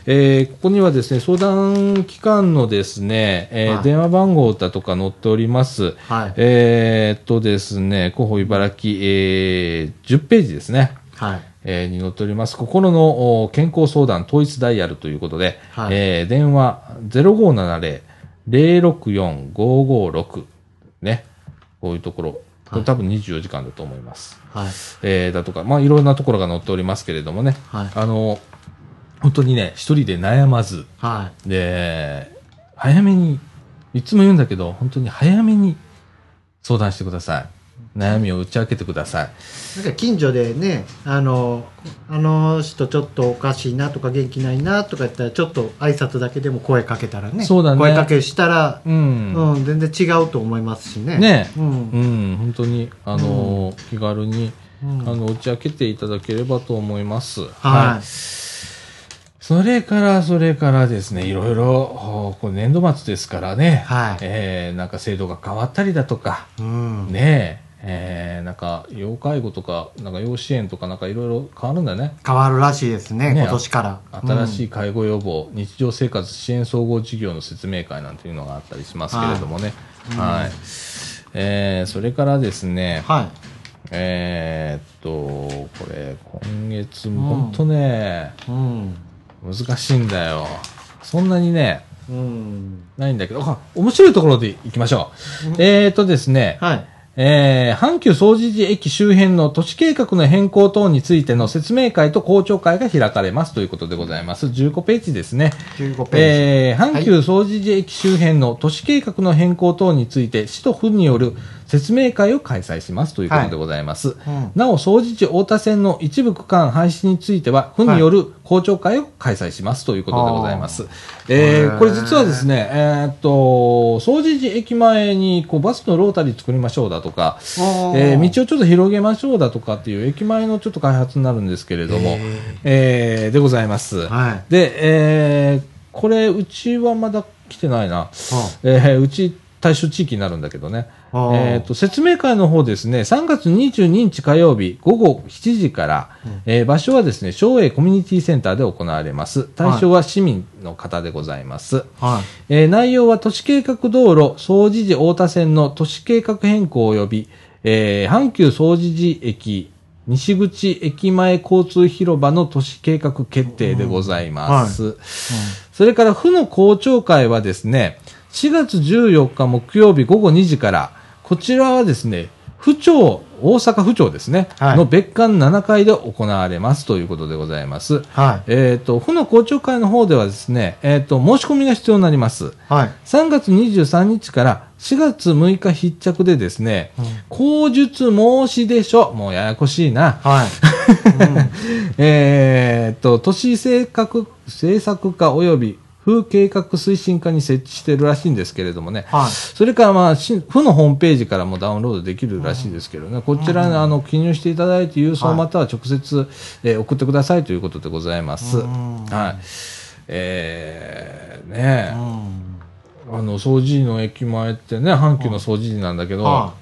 Speaker 1: えーここにはですね、相談機関のですね、えー
Speaker 2: はい
Speaker 1: 電話番号だとか載っております。
Speaker 2: はい。
Speaker 1: えーっとですね、広報茨城、えー10ページですね。
Speaker 2: はい。
Speaker 1: えーに載っております。心のお健康相談統一ダイヤルということで、
Speaker 2: はい
Speaker 1: えー電話0570-064-556ね。こういうところ。これ多分24時間だと思います。
Speaker 2: はい。
Speaker 1: えーだとか、まあいろんなところが載っておりますけれどもね。
Speaker 2: はい。
Speaker 1: あの、本当にね、一人で悩まず、
Speaker 2: はい。
Speaker 1: で、早めに、いつも言うんだけど、本当に早めに相談してください。悩みを打ち明けてください。
Speaker 2: なんか近所でね、あの、あの人ちょっとおかしいなとか元気ないなとか言ったら、ちょっと挨拶だけでも声かけたらね、
Speaker 1: そうだね
Speaker 2: 声かけしたら、
Speaker 1: うん。
Speaker 2: うん、全然違うと思いますしね。
Speaker 1: ね
Speaker 2: うん。
Speaker 1: うん、本当に、あのー気軽に、
Speaker 2: うん
Speaker 1: あの、打ち明けていただければと思います。。
Speaker 2: はい
Speaker 1: それから、それからですね、いろいろ、おこう年度末ですからね、
Speaker 2: はい
Speaker 1: えーなんか制度が変わったりだとか、
Speaker 2: い。うん。
Speaker 1: ねえ、えーなんか、要介護とか、なんか、要支援とか、なんか、いろいろ変わるんだね。
Speaker 2: 変わるらしいですね、
Speaker 1: ね
Speaker 2: 今年から。
Speaker 1: 新し
Speaker 2: い。
Speaker 1: い介護予防、日常生活支援総合事業の説明会なんていうのがあったりしますけれどもね。はい。えーそれからですね、
Speaker 2: はい。
Speaker 1: えーっと、これ、今月、
Speaker 2: ん
Speaker 1: 本当ね、
Speaker 2: うん。
Speaker 1: 難しいんだよ。そんなにね、
Speaker 2: うん。
Speaker 1: ないんだけど、あ面白いところでいきましょう。えーっとですね、
Speaker 2: はい。
Speaker 1: えー阪急総除寺駅周辺の都市計画の変更等についての説明会と公聴会が開かれますということでございます。15ページですね。
Speaker 2: 15ページ。
Speaker 1: えー阪急総除寺駅周辺の都市計画の変更等について、市と府による説明会を開催しますということでございます。
Speaker 2: うん
Speaker 1: なお、総除寺太田線の一部区間廃止については、府による公聴会を開催しますということでございます。え
Speaker 2: へー
Speaker 1: ーこれ実はですね、えーっと、総除寺駅前にこうバスのロータリー作りましょうだとか、
Speaker 2: おー
Speaker 1: えー道をちょっと広げましょうだとかっていう駅前のちょっと開発になるんですけれども、えーでございます。
Speaker 2: はい。
Speaker 1: で、えーこれ、うちはまだ来てないな。えーうち対象地域になるんだけどね。
Speaker 2: あー
Speaker 1: えーと、説明会の方ですね、3月22日火曜日午後7時から、えー場所はですね、省営コミュニティセンターで行われます。対象は市民の方でございます。
Speaker 2: はい。
Speaker 1: えー内容は都市計画道路総除寺太田線の都市計画変更及び、えー阪急総除寺駅西口駅前交通広場の都市計画決定でございます。それから府の公聴会はですね、4月14日木曜日午後2時から、こちらはですね、府庁、大阪府庁ですね、
Speaker 2: はい
Speaker 1: の別館7階で行われますということでございます。
Speaker 2: はい。
Speaker 1: えー、と府の公聴会の方ではですね、えー、と申し込みが必要になります
Speaker 2: はい。
Speaker 1: 3月23日から4月6日必着でですね、口述申し出書もうややこしいな、
Speaker 2: はい。
Speaker 1: えー、と都市政策政策課及び風計画推進課に設置してるらしいんですけれどもね、
Speaker 2: はい
Speaker 1: それから、まあ、し府のホームページからもダウンロードできるらしいですけどね、こちらにあの記入していただいて、郵送または直接、えー送ってくださいということでございます。
Speaker 2: うん
Speaker 1: はい。えー、ね
Speaker 2: う
Speaker 1: え、
Speaker 2: ん。
Speaker 1: あの、掃除の駅前ってね、阪急の掃除なんだけど、
Speaker 2: は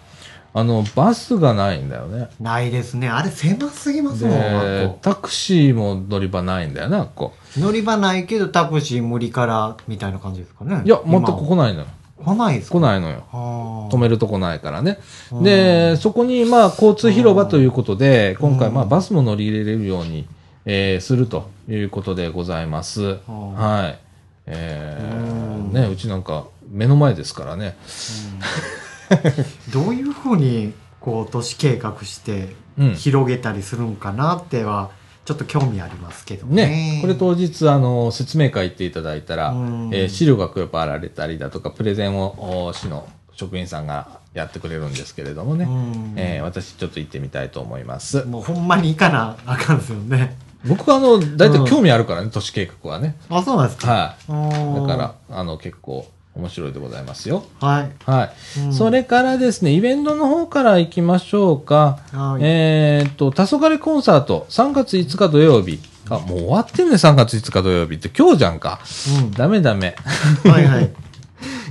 Speaker 1: あの、バスがないんだよね。
Speaker 2: い。ないですね。あれ狭すぎますもん、あっ
Speaker 1: で
Speaker 2: こ、
Speaker 1: タクシーも乗り場ないんだよな、ここ。
Speaker 2: 乗り場ないけどタクシー無理からみたいな感じですかね。
Speaker 1: いや、全く
Speaker 2: 今は
Speaker 1: 来ないのよ。
Speaker 2: 来ないですか
Speaker 1: 来ないのよ。
Speaker 2: あ
Speaker 1: 止
Speaker 2: ー
Speaker 1: めるとこないからね。
Speaker 2: うん
Speaker 1: で、そこに、まあ、交通広場ということで、今回、まあ、バスも乗り入れれるように、えーするということでございます。
Speaker 2: うん
Speaker 1: はい。えーね、うちなんか目の前ですからね。
Speaker 2: どういうふうにこう都市計画して
Speaker 1: うん。
Speaker 2: 広げたりするんかなってはちょっと興味ありますけどね。
Speaker 1: ね、これ当日、あの、説明会行っていただいたら、
Speaker 2: うん
Speaker 1: えー資料がやっぱあられたりだとか、プレゼンをお市の職員さんがやってくれるんですけれどもね、
Speaker 2: うん
Speaker 1: えー私ちょっと行ってみたいと思います。
Speaker 2: もうほんまに行かなあかんですよね。
Speaker 1: 僕はあの、大体興味あるからね、都市計画 はね。
Speaker 2: あ、そうなんです
Speaker 1: は
Speaker 2: か。
Speaker 1: い。だ
Speaker 2: だ
Speaker 1: から、あの、結構面白いでございますよ。
Speaker 2: ら。はい。
Speaker 1: はい。
Speaker 2: うん
Speaker 1: それからですね、イベントの方から行きましょうか。
Speaker 2: はい
Speaker 1: えーっと、黄昏コンサート、3月5日土曜日。あ、もう終わってんね、3月5日土曜日って。今日じゃんか。ダメダメ。
Speaker 2: うん。はいはい。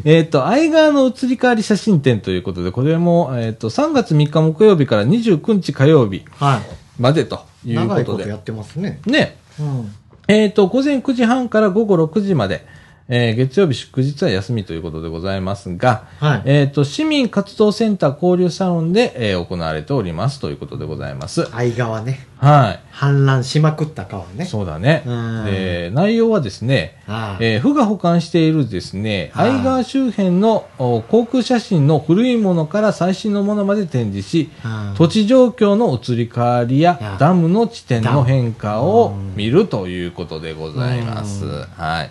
Speaker 1: えーっと、愛川の移り変わり写真展ということで、これも、えーっと、3月3日木曜日から29日火曜日
Speaker 2: は
Speaker 1: までと
Speaker 2: い。
Speaker 1: いう
Speaker 2: 長
Speaker 1: こ
Speaker 2: い
Speaker 1: と
Speaker 2: こと
Speaker 1: で。
Speaker 2: やってますね。
Speaker 1: ね。
Speaker 2: うん。
Speaker 1: えーっと、午前9時半から午後6時まで、えー月曜日祝日は休みということでございますが、
Speaker 2: はい。
Speaker 1: えっ、と、市民活動センター交流サロンで、えー行われておりますということでございます。
Speaker 2: 相川ね。
Speaker 1: は
Speaker 2: 氾濫しまくった川
Speaker 1: い。
Speaker 2: ね。
Speaker 1: そうだね。
Speaker 2: うん
Speaker 1: えー内容はですね、
Speaker 2: ああ
Speaker 1: えー府が保管しているですね、
Speaker 2: はい
Speaker 1: 愛川周辺のお航空写真の古いものから最新のものまで展示し、
Speaker 2: うん
Speaker 1: 土地状況の移り変わりや
Speaker 2: や
Speaker 1: ダムの地点の変化を見るということでございます。
Speaker 2: うん
Speaker 1: はい。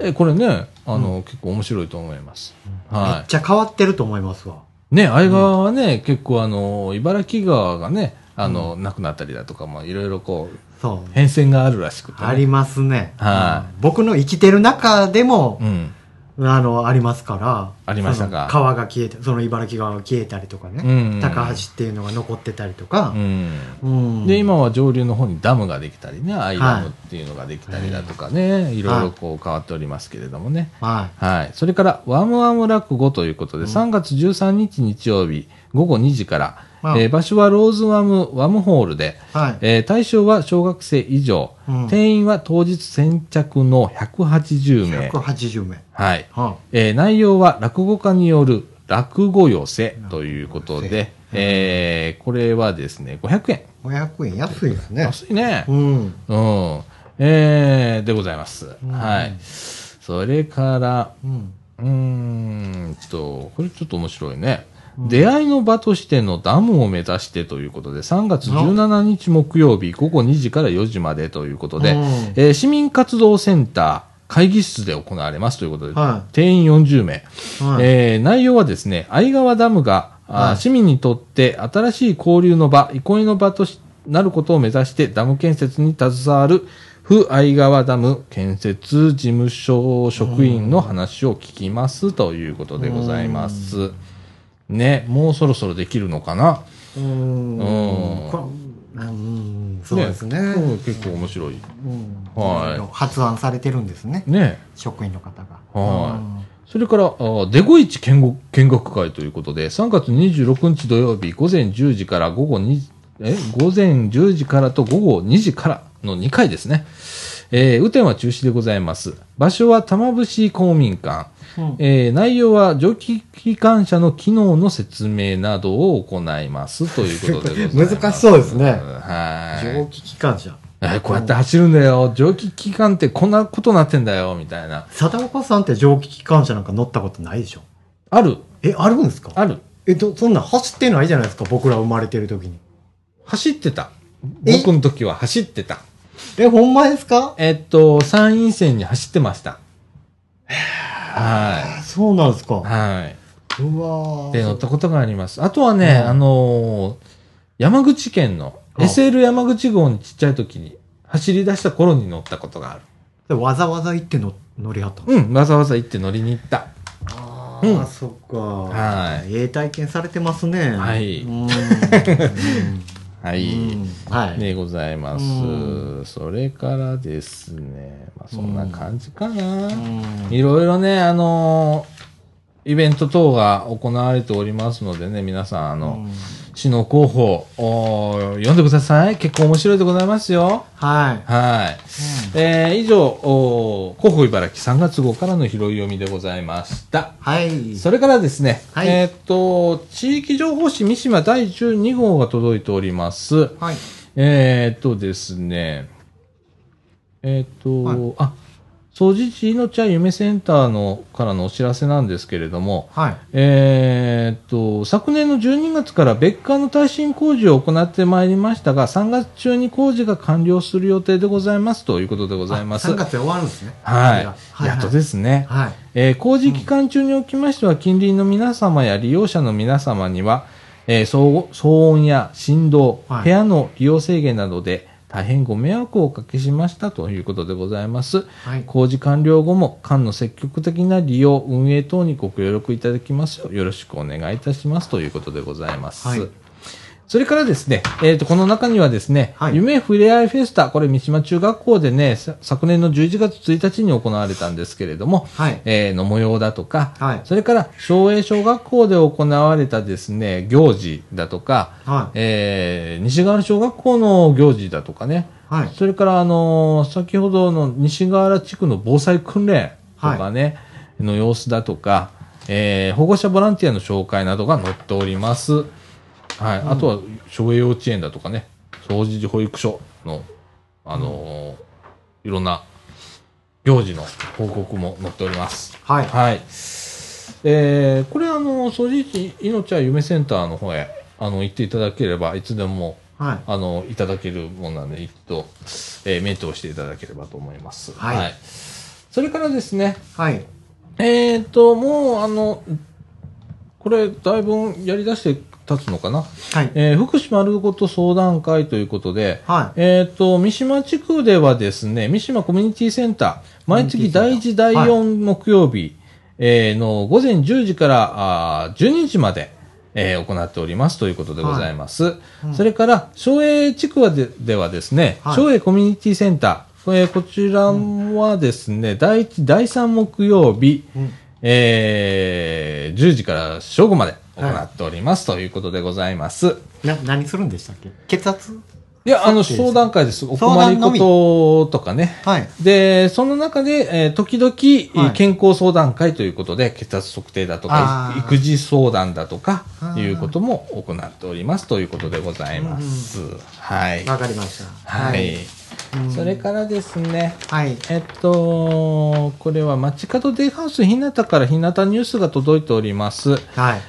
Speaker 1: えーこれね、あの、結構面白いと思います。
Speaker 2: め
Speaker 1: は
Speaker 2: っ
Speaker 1: い。
Speaker 2: ちゃ変わってると思いますわ。
Speaker 1: ね、相川はね、結構あの、茨城川がね、あの、なくなったりだとか、まあ、いろいろこう、
Speaker 2: そう。
Speaker 1: 変遷があるらしくて、ね。
Speaker 2: ありますね。
Speaker 1: はい
Speaker 2: うん僕の生きてる中でも
Speaker 1: う、ん。
Speaker 2: あの、ありますから。
Speaker 1: ありましたか
Speaker 2: その川が消えた、その茨城川が消えたりとかね。
Speaker 1: うん
Speaker 2: 高橋っていうのが残ってたりとか
Speaker 1: う。ん。
Speaker 2: うん
Speaker 1: で、今は上流の方にダムができたりね、アイダムっていうのができたりだとかね、い、ろいろこう変わっておりますけれどもね。
Speaker 2: は
Speaker 1: はい。それから、ワムワム落語ということで、3月13日日曜日午後2時から、
Speaker 2: うん
Speaker 1: えー場所はローズワム、ワムホールで、
Speaker 2: い。はい。
Speaker 1: えー対象は小学生以上、
Speaker 2: うん
Speaker 1: 定員は当日先着の180名。
Speaker 2: 180名。
Speaker 1: はい。
Speaker 2: は
Speaker 1: えー内容は落語家による落語寄せということで、えーこれはですね、500円。
Speaker 2: い。500円安いですね。
Speaker 1: 安いね。
Speaker 2: うん。
Speaker 1: うん。えーでございます。
Speaker 2: ん
Speaker 1: はい。それから、
Speaker 2: うん。
Speaker 1: うーんと、これちょっと面白いね。出会いの場としてのダムを目指してということで、3月17日木曜日午後2時から4時までということで、
Speaker 2: うん
Speaker 1: えー市民活動センター会議室で行われますということで、
Speaker 2: は
Speaker 1: 定員40名、
Speaker 2: はい
Speaker 1: えー内容はですね、相川ダムが、あー
Speaker 2: はい
Speaker 1: 市民にとって新しい交流の場、憩いの場としなることを目指してダム建設に携わる、府相川ダム建設事務所職員の話を聞きますということでございます。ね、もうそろそろできるのかな
Speaker 2: うーん
Speaker 1: うん
Speaker 2: これうんそうですね。
Speaker 1: うん結構面白い。
Speaker 2: うん
Speaker 1: はい
Speaker 2: いろいろ発案されてるんですね。
Speaker 1: ね。
Speaker 2: 職員の方が。
Speaker 1: はい。それから、あーデゴイチ見学見学会ということで、3月26日土曜日午前10時から午後2え、午前10時からと午後2時からの2回ですね。えー、雨天は中止でござざいます。場所は玉伏公民館。
Speaker 2: うん
Speaker 1: えー内容は蒸気機関車の機能の説明などを行いますということでございます。
Speaker 2: 難しそうですね
Speaker 1: はい。
Speaker 2: 蒸気機関車。
Speaker 1: えーこうやって走るんだよ。蒸気機関ってこんなことなってんだよ、みたいな。
Speaker 2: 貞岡さんって蒸気機関車なんか乗ったことないでしょ
Speaker 1: ある、
Speaker 2: え、あるんですか
Speaker 1: ある。
Speaker 2: えど、そんなん走ってないじゃないですか僕ら生まれてる時に。
Speaker 1: 走ってた。
Speaker 2: え
Speaker 1: 僕の時は走ってた。
Speaker 2: え、ほんまですか
Speaker 1: えっと、参院選に走ってました。は
Speaker 2: あそうなんです
Speaker 1: い。
Speaker 2: か。
Speaker 1: は
Speaker 2: う
Speaker 1: い。
Speaker 2: わ
Speaker 1: で、
Speaker 2: ー
Speaker 1: 乗ったことがあります。あとはね、
Speaker 2: うん
Speaker 1: あのー山口県の
Speaker 2: あ
Speaker 1: SL 山口号にちっちゃい時に走り出した頃に乗ったことがある。
Speaker 2: でわざわざ行っての乗りはったの
Speaker 1: うん、わざわざ行って乗りに行った。
Speaker 2: あ
Speaker 1: ー
Speaker 2: ー
Speaker 1: うん
Speaker 2: そっか。
Speaker 1: はい。
Speaker 2: ええ体験されてますね。
Speaker 1: はい
Speaker 2: うん。うん
Speaker 1: はい。
Speaker 2: はい。
Speaker 1: でございます。
Speaker 2: う
Speaker 1: それからですね、まあ、そんな感じかな。
Speaker 2: うん
Speaker 1: いろいろね、あのーイベント等が行われておりますのでね、皆さん、あの、市の広報、おー読んでください。結構面白いでございますよ。
Speaker 2: はい。
Speaker 1: はい。えー以上、おー広報茨城3月号からの拾い読みでございました。
Speaker 2: はい。
Speaker 1: それからですね、
Speaker 2: はい
Speaker 1: えーっと、地域情報誌三島第12号が届いております。
Speaker 2: はい。
Speaker 1: えーっとですね、えーっと、
Speaker 2: は
Speaker 1: あ、総除地のちゃん夢センターのからのお知らせなんですけれども、
Speaker 2: はい。
Speaker 1: えーっと、昨年の12月から別館の耐震工事を行ってまいりましたが、3月中に工事が完了する予定でございますということでございます。
Speaker 2: 3月で終わるんですね。
Speaker 1: はい。
Speaker 2: は
Speaker 1: やっとですね。
Speaker 2: はい。
Speaker 1: えー工事期間中におきましては、近隣の皆様や利用者の皆様には、えー騒騒音や振動、
Speaker 2: はい
Speaker 1: 部屋の利用制限などで大変ご迷惑をおかけしましたということでございます。
Speaker 2: はい。
Speaker 1: 工事完了後も、館の積極的な利用、運営等にご協力いただきますよう、よろしくお願いいたしますということでございます。
Speaker 2: はい
Speaker 1: それからですね、えっ、と、この中にはですね、
Speaker 2: はい
Speaker 1: 夢ふれあいフェスタ、これ三島中学校でね、さ昨年の11月1日に行われたんですけれども、
Speaker 2: はい。
Speaker 1: えーの模様だとか、
Speaker 2: はい
Speaker 1: それから、昭栄小学校で行われたですね、行事だとか、
Speaker 2: はい。
Speaker 1: えー西側小学校の行事だとかね、
Speaker 2: はい。
Speaker 1: それから、あのー先ほどの西河原地区の防災訓練とかね、の様子だとか、えー保護者ボランティアの紹介などが載っております。はい。あとは、省営幼稚園だとかね、掃除時保育所の、あのーいろんな行事の報告も載っております。
Speaker 2: はい。
Speaker 1: はい。えーこれ、あの、掃除時、いのちゃ夢センターの方へ、あの、行っていただければ、いつでも、
Speaker 2: はい。
Speaker 1: あの、いただけるもんなんで、一度、えー、目通していただければと思います。
Speaker 2: はい
Speaker 1: それからですね、
Speaker 2: はい。
Speaker 1: えっ、と、もう、あの、これ、だいぶやり出して経つのかな。
Speaker 2: はい。
Speaker 1: えー福島丸ごと相談会ということで、
Speaker 2: はい。
Speaker 1: えっ、と、三島地区ではですね、三島コミュニティセンター、毎月第1、第4木曜日、えーの午前10時からあー12時まで、えー行っておりますということでございます。
Speaker 2: うん
Speaker 1: それから、省営地区はでではですね、
Speaker 2: はい
Speaker 1: 省営コミュニティセンター、えーこちらはですね、第1、第3木曜日、
Speaker 2: うん
Speaker 1: えー10時から正午まで行っております、ということでございます。
Speaker 2: な、何するんでしたっけ血圧
Speaker 1: いや、あの、
Speaker 2: そうです
Speaker 1: 相談会です。お
Speaker 2: 相
Speaker 1: 困り
Speaker 2: 談の
Speaker 1: こ
Speaker 2: み
Speaker 1: ととかね。
Speaker 2: はい。
Speaker 1: で、その中で、えー時々、
Speaker 2: はい
Speaker 1: 健康相談会ということで、血圧測定だとか
Speaker 2: あ、ー
Speaker 1: 育児相談だとか
Speaker 2: あ、ー
Speaker 1: いうことも行っておりますということでございます。はい。
Speaker 2: わかりました。
Speaker 1: はい。。
Speaker 2: うん
Speaker 1: それからですね、
Speaker 2: はい。
Speaker 1: えっと、これは街角デイハウス日向から日向ニュースが届いております。
Speaker 2: はい。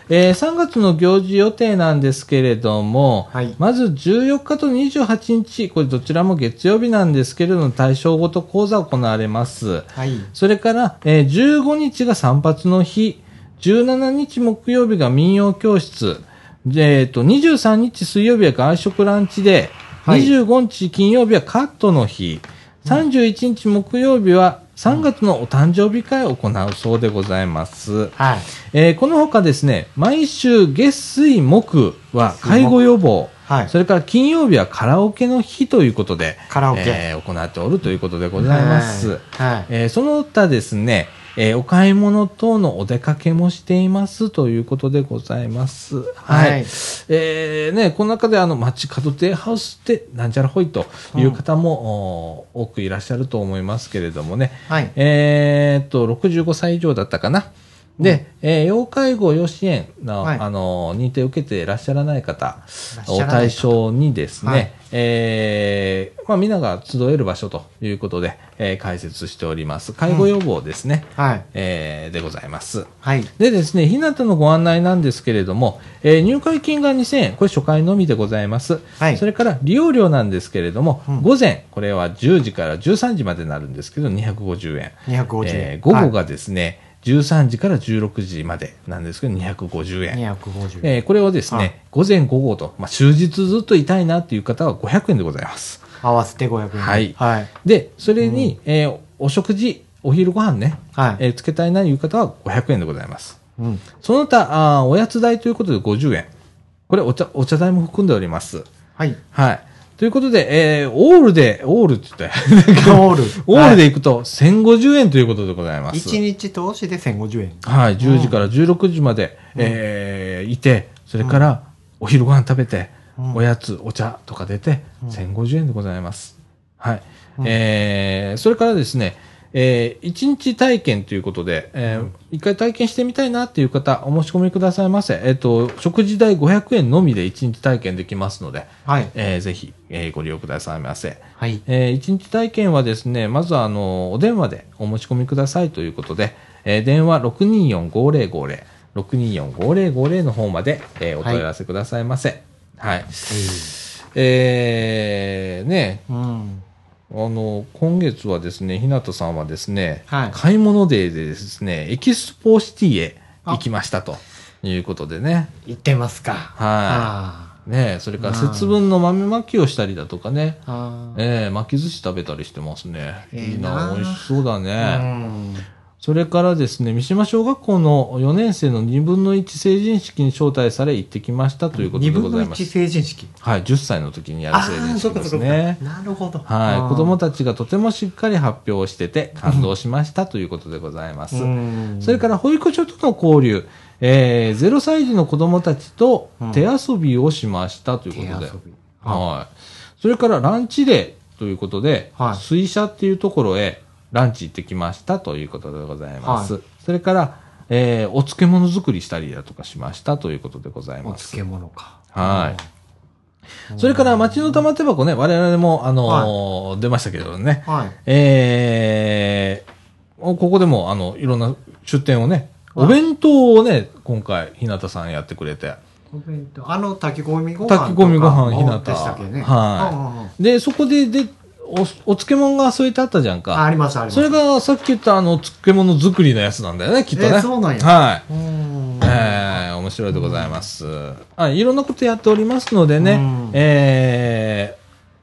Speaker 1: えー3月の行事予定なんですけれども、
Speaker 2: はい
Speaker 1: まず14日と28日、これどちらも月曜日なんですけれども、対象ごと講座行われます。
Speaker 2: はい。
Speaker 1: それから、えー15日が散髪の日、17日木曜日が民謡教室、でえーと23日水曜日は外食ランチで、
Speaker 2: はい
Speaker 1: 25日金曜日はカットの日、31日木曜日は3月のお誕生日会を行うそうでございます。
Speaker 2: はい。
Speaker 1: えーこのほかですね、毎週月水木は介護予防、
Speaker 2: はい
Speaker 1: そ。れから金曜日はカラオケの日ということで、
Speaker 2: カラオケ
Speaker 1: えー行っておるということでございます。
Speaker 2: はい。
Speaker 1: えーその他ですね、えーお買い物等のお出かけもしていますということでございます。はい。
Speaker 2: はい
Speaker 1: えーね、この中であの、街角デイハウスってなんちゃらほいという方も、おー多くいらっしゃると思いますけれどもね、
Speaker 2: はい。
Speaker 1: えーっと、65歳以上だったかな。で、えー要介護、要支援の、
Speaker 2: はい
Speaker 1: あの、認定を受けていらっしゃらない方
Speaker 2: らっしゃ
Speaker 1: を
Speaker 2: らない方
Speaker 1: 対象にですね、
Speaker 2: はい
Speaker 1: えーまあ、皆が集える場所ということで、えー解説しております。介護予防ですね、
Speaker 2: はい。
Speaker 1: えーでございます。
Speaker 2: はい。
Speaker 1: でですね、日向のご案内なんですけれども、えー入会金が2000円、これ初回のみでございます。
Speaker 2: はい
Speaker 1: それから利用料なんですけれども、
Speaker 2: うん
Speaker 1: 午前、これは10時から13時までになるんですけど、250円。
Speaker 2: 250円
Speaker 1: えー午後がですね、13時から16時までなんですけど、250円。
Speaker 2: 250円。
Speaker 1: えーこれをですね、
Speaker 2: はい
Speaker 1: 午前午後と、まあ、終日ずっといたいなっていう方は500円でございます。
Speaker 2: 合わせて500円。
Speaker 1: はい
Speaker 2: はい。
Speaker 1: で、それに、えーお食事、お昼ご飯ね、
Speaker 2: はい
Speaker 1: えーつけたいなという方は500円でございます。
Speaker 2: うん。
Speaker 1: その他、あーおやつ代ということで50円。これお茶、お茶代も含んでおります。
Speaker 2: はい。
Speaker 1: はい。ということで、えーオールで、オールって言ったよ
Speaker 2: オール。
Speaker 1: オールでいくと1050円ということでございま
Speaker 2: はい。
Speaker 1: す。
Speaker 2: 1日通しで1050円。
Speaker 1: はい、10時から16時まで、えーいて、それからお昼ご飯食べて、
Speaker 2: うん
Speaker 1: おやつ、お茶とか出て、1050円でございます。はい。えーそれからですね、えー、1日体験ということで、えー一回体験してみたいなっていう方、お申し込みくださいませ。えっ、と、食事代500円のみで1日体験できますので、
Speaker 2: はい。
Speaker 1: えーぜひ、えーご利用くださいませ。
Speaker 2: はい。
Speaker 1: え1日体験はですね、まずはあの、お電話でお申し込みくださいということで、えー電話6245050、6245050の方まで、えーお問い合わせくださいませ。はい。えーね、
Speaker 2: うん。
Speaker 1: あの、今月はですね、日向さんはですね、
Speaker 2: はい
Speaker 1: 買い物デーでですね、エキスポシティへ行きましたということでね。
Speaker 2: 行ってますか。
Speaker 1: は
Speaker 2: あ
Speaker 1: ねそれから節分の豆まきをしたりだとかね、
Speaker 2: ーあー。
Speaker 1: ええ巻き寿司食べたりしてますね。
Speaker 2: ええ
Speaker 1: いい
Speaker 2: な
Speaker 1: な、
Speaker 2: あ
Speaker 1: 美味しそうだ
Speaker 2: う
Speaker 1: ね。
Speaker 2: ん。
Speaker 1: それからですね、三島小学校の4年生の2分の1成人式に招待され行ってきましたということで
Speaker 2: 2
Speaker 1: ご
Speaker 2: 分
Speaker 1: ざ
Speaker 2: の
Speaker 1: いま
Speaker 2: 1
Speaker 1: す。
Speaker 2: 成人式。
Speaker 1: はい、10歳の時にやる
Speaker 2: あ
Speaker 1: 成
Speaker 2: あー、
Speaker 1: 人式
Speaker 2: そうか
Speaker 1: で
Speaker 2: そ
Speaker 1: す
Speaker 2: うかそう
Speaker 1: ね
Speaker 2: か。。なるほど。
Speaker 1: はい、子供
Speaker 2: た
Speaker 1: たちがとてもしっかり発表をしてて感動しましたということでございます。
Speaker 2: うん。
Speaker 1: それから保育所との交流、えー、0歳児の子供たちと手遊びをしましたという
Speaker 2: 手
Speaker 1: こ
Speaker 2: 遊び
Speaker 1: とで。
Speaker 2: は
Speaker 1: はい。それからランチデーということで、
Speaker 2: はい
Speaker 1: 水車っていうところへランチ行ってきましたということでございます。
Speaker 2: は
Speaker 1: それから、えーお漬物作りしたりだとかしましたということでござい
Speaker 2: いお
Speaker 1: ます。
Speaker 2: 漬物か。
Speaker 1: はい
Speaker 2: うん。
Speaker 1: それから町の玉手箱ね、我々も、あのー出ましたけどね、
Speaker 2: はい。
Speaker 1: えーおここでも、あの、いろんな出店をね、
Speaker 2: はい
Speaker 1: お弁当をね、今回、日向さんやってくれて。
Speaker 2: お弁当あの炊き込みご飯とか
Speaker 1: 炊き込みご飯ひなた
Speaker 2: でしたっけね
Speaker 1: はい
Speaker 2: うんうんうん
Speaker 1: で、そこで、で、お、お漬物が添えてあったじゃん
Speaker 2: ああ
Speaker 1: か。
Speaker 2: りますあります
Speaker 1: それがさっき言ったあの、漬物作りのやつなんだよね、きっとね。
Speaker 2: えーそうなんや
Speaker 1: はい。
Speaker 2: うん
Speaker 1: えー、面白いでございます。あいろんなことやっておりますのでね、
Speaker 2: うん
Speaker 1: えー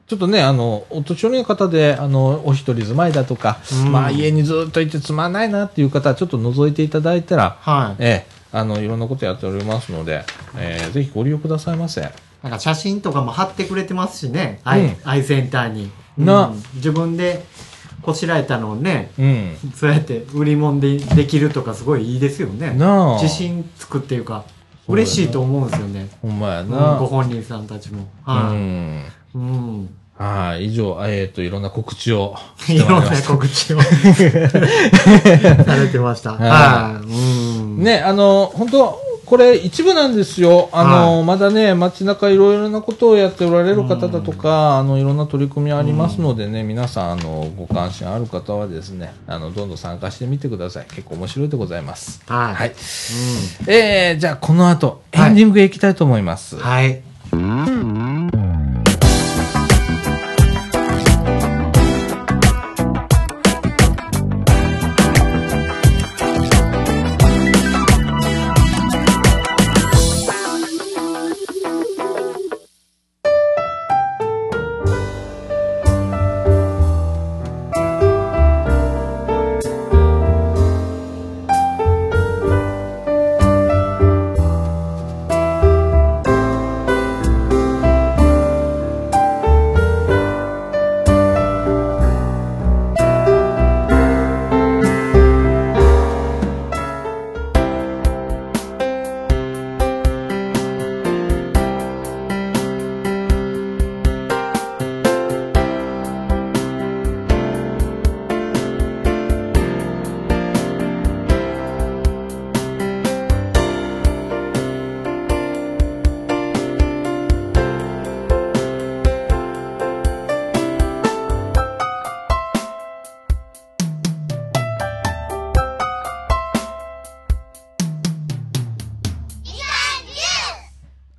Speaker 1: ちょっとね、あの、お年寄りの方で、あの、お一人住まいだとか、
Speaker 2: うん
Speaker 1: まあ、家にずっといてつまんないなっていう方は、ちょっと覗いていただいたら、
Speaker 2: はい
Speaker 1: えーあの、いろんなことやっておりますので、えーぜひご利用くださいませ。
Speaker 2: なんか写真とかも貼ってくれてますしね愛,、
Speaker 1: うん
Speaker 2: 愛センターに、うん
Speaker 1: な
Speaker 2: 自分でこしらえたのをね
Speaker 1: うん。
Speaker 2: そうやって売り物でできるとかすごいいいですよね
Speaker 1: なあ
Speaker 2: 自信つくっていうか
Speaker 1: そうだね
Speaker 2: 嬉しいと思うんですよね
Speaker 1: ほんまや
Speaker 2: うん
Speaker 1: な。
Speaker 2: ご本人さんたちも
Speaker 1: う
Speaker 2: は
Speaker 1: ん。
Speaker 2: い、うん、
Speaker 1: はい、以上、えっ、と、いろんな告知をし
Speaker 2: い
Speaker 1: て
Speaker 2: ろん
Speaker 1: まいりま
Speaker 2: な
Speaker 1: した。
Speaker 2: 告知 をされてました
Speaker 1: は
Speaker 2: はい、うん
Speaker 1: ね、あの、本当これ一部なんですよ。あの、まだね、街中いろいろなことをやっておられる方だとか、あの、いろんな取り組みありますのでね、皆さん、あの、ご関心ある方はですね、あの、どんどん参加してみてください。結構面白いでございます。
Speaker 2: はい、
Speaker 1: はい。えー、じゃあこの後、エンディングへ行きたいと思います。
Speaker 2: うん、はい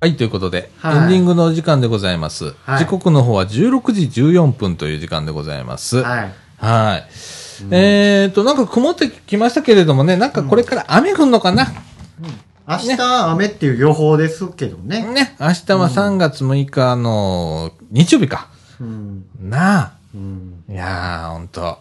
Speaker 1: はい、ということで、
Speaker 2: はい
Speaker 1: エンディングのお時間でございます。
Speaker 2: はい
Speaker 1: 時刻の方は16時14分という時間でございます。はい。
Speaker 2: はい
Speaker 1: えーと、なんか曇ってきましたけれどもね、なんかこれから雨降るのかな、
Speaker 2: 明日雨っていう予報ですけどね。
Speaker 1: ね、明日は3月6日の日曜日か。
Speaker 2: うん。
Speaker 1: な
Speaker 2: うん。
Speaker 1: あ。いやー、ほんと。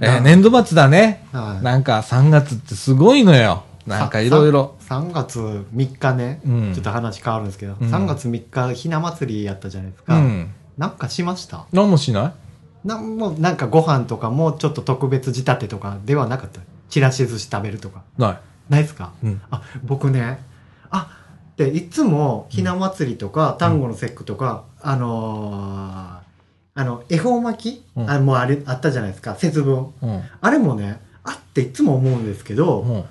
Speaker 1: え
Speaker 2: な
Speaker 1: ー
Speaker 2: あ
Speaker 1: 年度末だね。
Speaker 2: はい
Speaker 1: なんか3月ってすごいのよ。なんかいろいろ。
Speaker 2: さ。3月3日ね、
Speaker 1: うん
Speaker 2: ちょっと話変わるんですけど、
Speaker 1: うん
Speaker 2: 3月3日ひな祭りやったじゃないです
Speaker 1: う
Speaker 2: か。
Speaker 1: ん。
Speaker 2: なんかしました
Speaker 1: 何もしない
Speaker 2: なんも、なんかご飯とかもちょっと特別仕立てとかではなかった。ちらし寿司食べるとか。
Speaker 1: な
Speaker 2: ないですか
Speaker 1: い。うん。
Speaker 2: あ、僕ね、あ、で、いつもひな祭りとか、端午の節句とか、あのーあの、恵方巻き、
Speaker 1: うん
Speaker 2: あもうあれ、あったじゃないですか、節分。
Speaker 1: うん。
Speaker 2: あれもね、あっていつも思うんですけど、
Speaker 1: うん。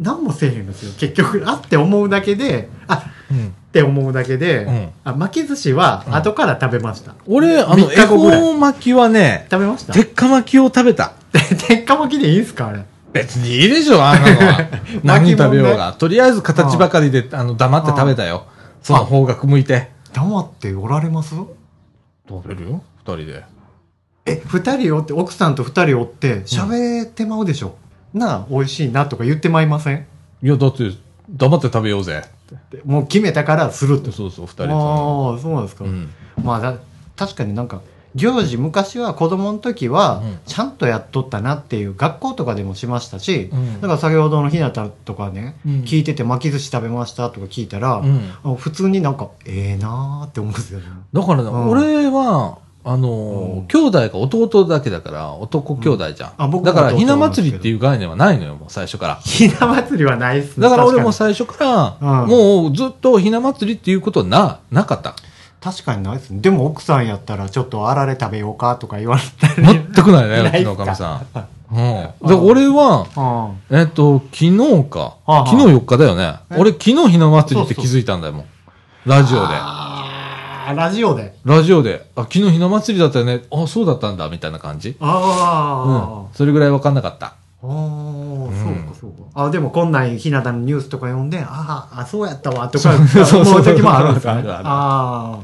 Speaker 2: 何もせえへんのですよ。結局、あって思うだけで、あ
Speaker 1: うん。
Speaker 2: って思うだけで、
Speaker 1: うん
Speaker 2: あ巻き寿司は
Speaker 1: うん
Speaker 2: 後から食べました。
Speaker 1: 俺、あ
Speaker 2: 三
Speaker 1: の、恵
Speaker 2: 日後ぐらい
Speaker 1: 方巻きはね、
Speaker 2: 食べました
Speaker 1: 鉄火巻きを食べた。
Speaker 2: 鉄火巻きでいいんすかあれ。。
Speaker 1: 別にいいでしょ、あんなのは 何
Speaker 2: 巻きもね
Speaker 1: 食べようが。とりあえず形ばかりで、あの、黙って食べたよ。その方角向いて。
Speaker 2: 黙っておられます
Speaker 1: 食べるよ、二人で。
Speaker 2: え、二人おって、奥さんと二人おって、喋ってまうでしょ。なあ、美味しいなとか言ってまいません
Speaker 1: いや、だって、黙って食べようぜ。
Speaker 2: でもう決めたからすると。
Speaker 1: そうそう、二人
Speaker 2: ああ
Speaker 1: でそ
Speaker 2: ー、そうなんですか。
Speaker 1: の。うん。
Speaker 2: まあだ確かになんか行事昔は子供の時は
Speaker 1: うん
Speaker 2: ちゃんとやっとったなっていう学校とかでもしましたし、
Speaker 1: うん
Speaker 2: だから先ほどのひなたとかね、
Speaker 1: うん
Speaker 2: 聞いてて巻き寿司食べましたとか聞いたら、
Speaker 1: うん
Speaker 2: あ普通になんかええなーって思うんですよね。
Speaker 1: だからね、
Speaker 2: うん
Speaker 1: 俺は、あのー
Speaker 2: うん
Speaker 1: 兄弟が弟だけだから、男兄弟じゃん。
Speaker 2: あ僕も
Speaker 1: だから、
Speaker 2: 弟
Speaker 1: ひな祭りっていう概念はないのよ、もう最初から。
Speaker 2: ひな祭りはないっすね。
Speaker 1: だから俺も
Speaker 2: 確か
Speaker 1: 最初から、
Speaker 2: うん
Speaker 1: もうずっとひな祭りっていうことはな、なかった。
Speaker 2: に確かにないっすね。でも奥さんやったらちょっとあられ食べようかとか言われたり。
Speaker 1: 全くないね、
Speaker 2: な
Speaker 1: う
Speaker 2: い
Speaker 1: ち
Speaker 2: っす
Speaker 1: の
Speaker 2: か
Speaker 1: おかみさん。うん。だから俺は、
Speaker 2: うん
Speaker 1: えっと、昨日か。
Speaker 2: あはあ
Speaker 1: 昨日4日だよね。
Speaker 2: え
Speaker 1: 俺昨日ひな祭りって気づいたんだよ、もう。ラジオで。
Speaker 2: あーラジオで。
Speaker 1: ラジオで。あ、昨日ひな祭りだったよね。あ、そうだったんだ、みたいな感じ。うん
Speaker 2: ああ。。
Speaker 1: それぐらいわかんなかった。
Speaker 2: あー
Speaker 1: ん
Speaker 2: そうかそうか。あ、でもこんなんひなたのニュースとか読んで、あーあ、そうやったわ、とか、
Speaker 1: そうそう
Speaker 2: 思う時もあるんですよ
Speaker 1: あ
Speaker 2: ね。
Speaker 1: るある
Speaker 2: あ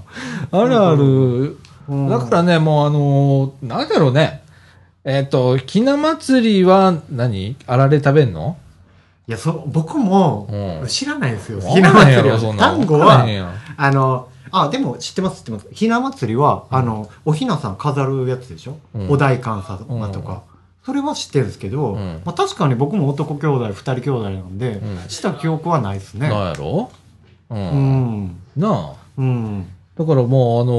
Speaker 1: あるある。
Speaker 2: ーうん
Speaker 1: だからね、もうあのーなんだろうね。えっ、と、ひな祭りは何あられ食べんの
Speaker 2: いや、そ、僕も
Speaker 1: うん
Speaker 2: 知らないですよ。ひ
Speaker 1: 分
Speaker 2: な
Speaker 1: からへんや
Speaker 2: 祭り
Speaker 1: ろ
Speaker 2: は
Speaker 1: そん。な
Speaker 2: 単
Speaker 1: ん
Speaker 2: 語
Speaker 1: 分から
Speaker 2: は
Speaker 1: へん、やん
Speaker 2: あの、あ、でも知ってます、知ってます。ひな祭りは、あの、おひなさん飾るやつでしょ、
Speaker 1: うん
Speaker 2: お代官様とか。それは知ってるんですけど、
Speaker 1: うん
Speaker 2: まあ、確かに僕も男兄弟、二人兄弟なんで、
Speaker 1: ん
Speaker 2: した記憶はないですね。
Speaker 1: なんやろう。
Speaker 2: うんん。
Speaker 1: なあ。
Speaker 2: うん。
Speaker 1: だからもうあの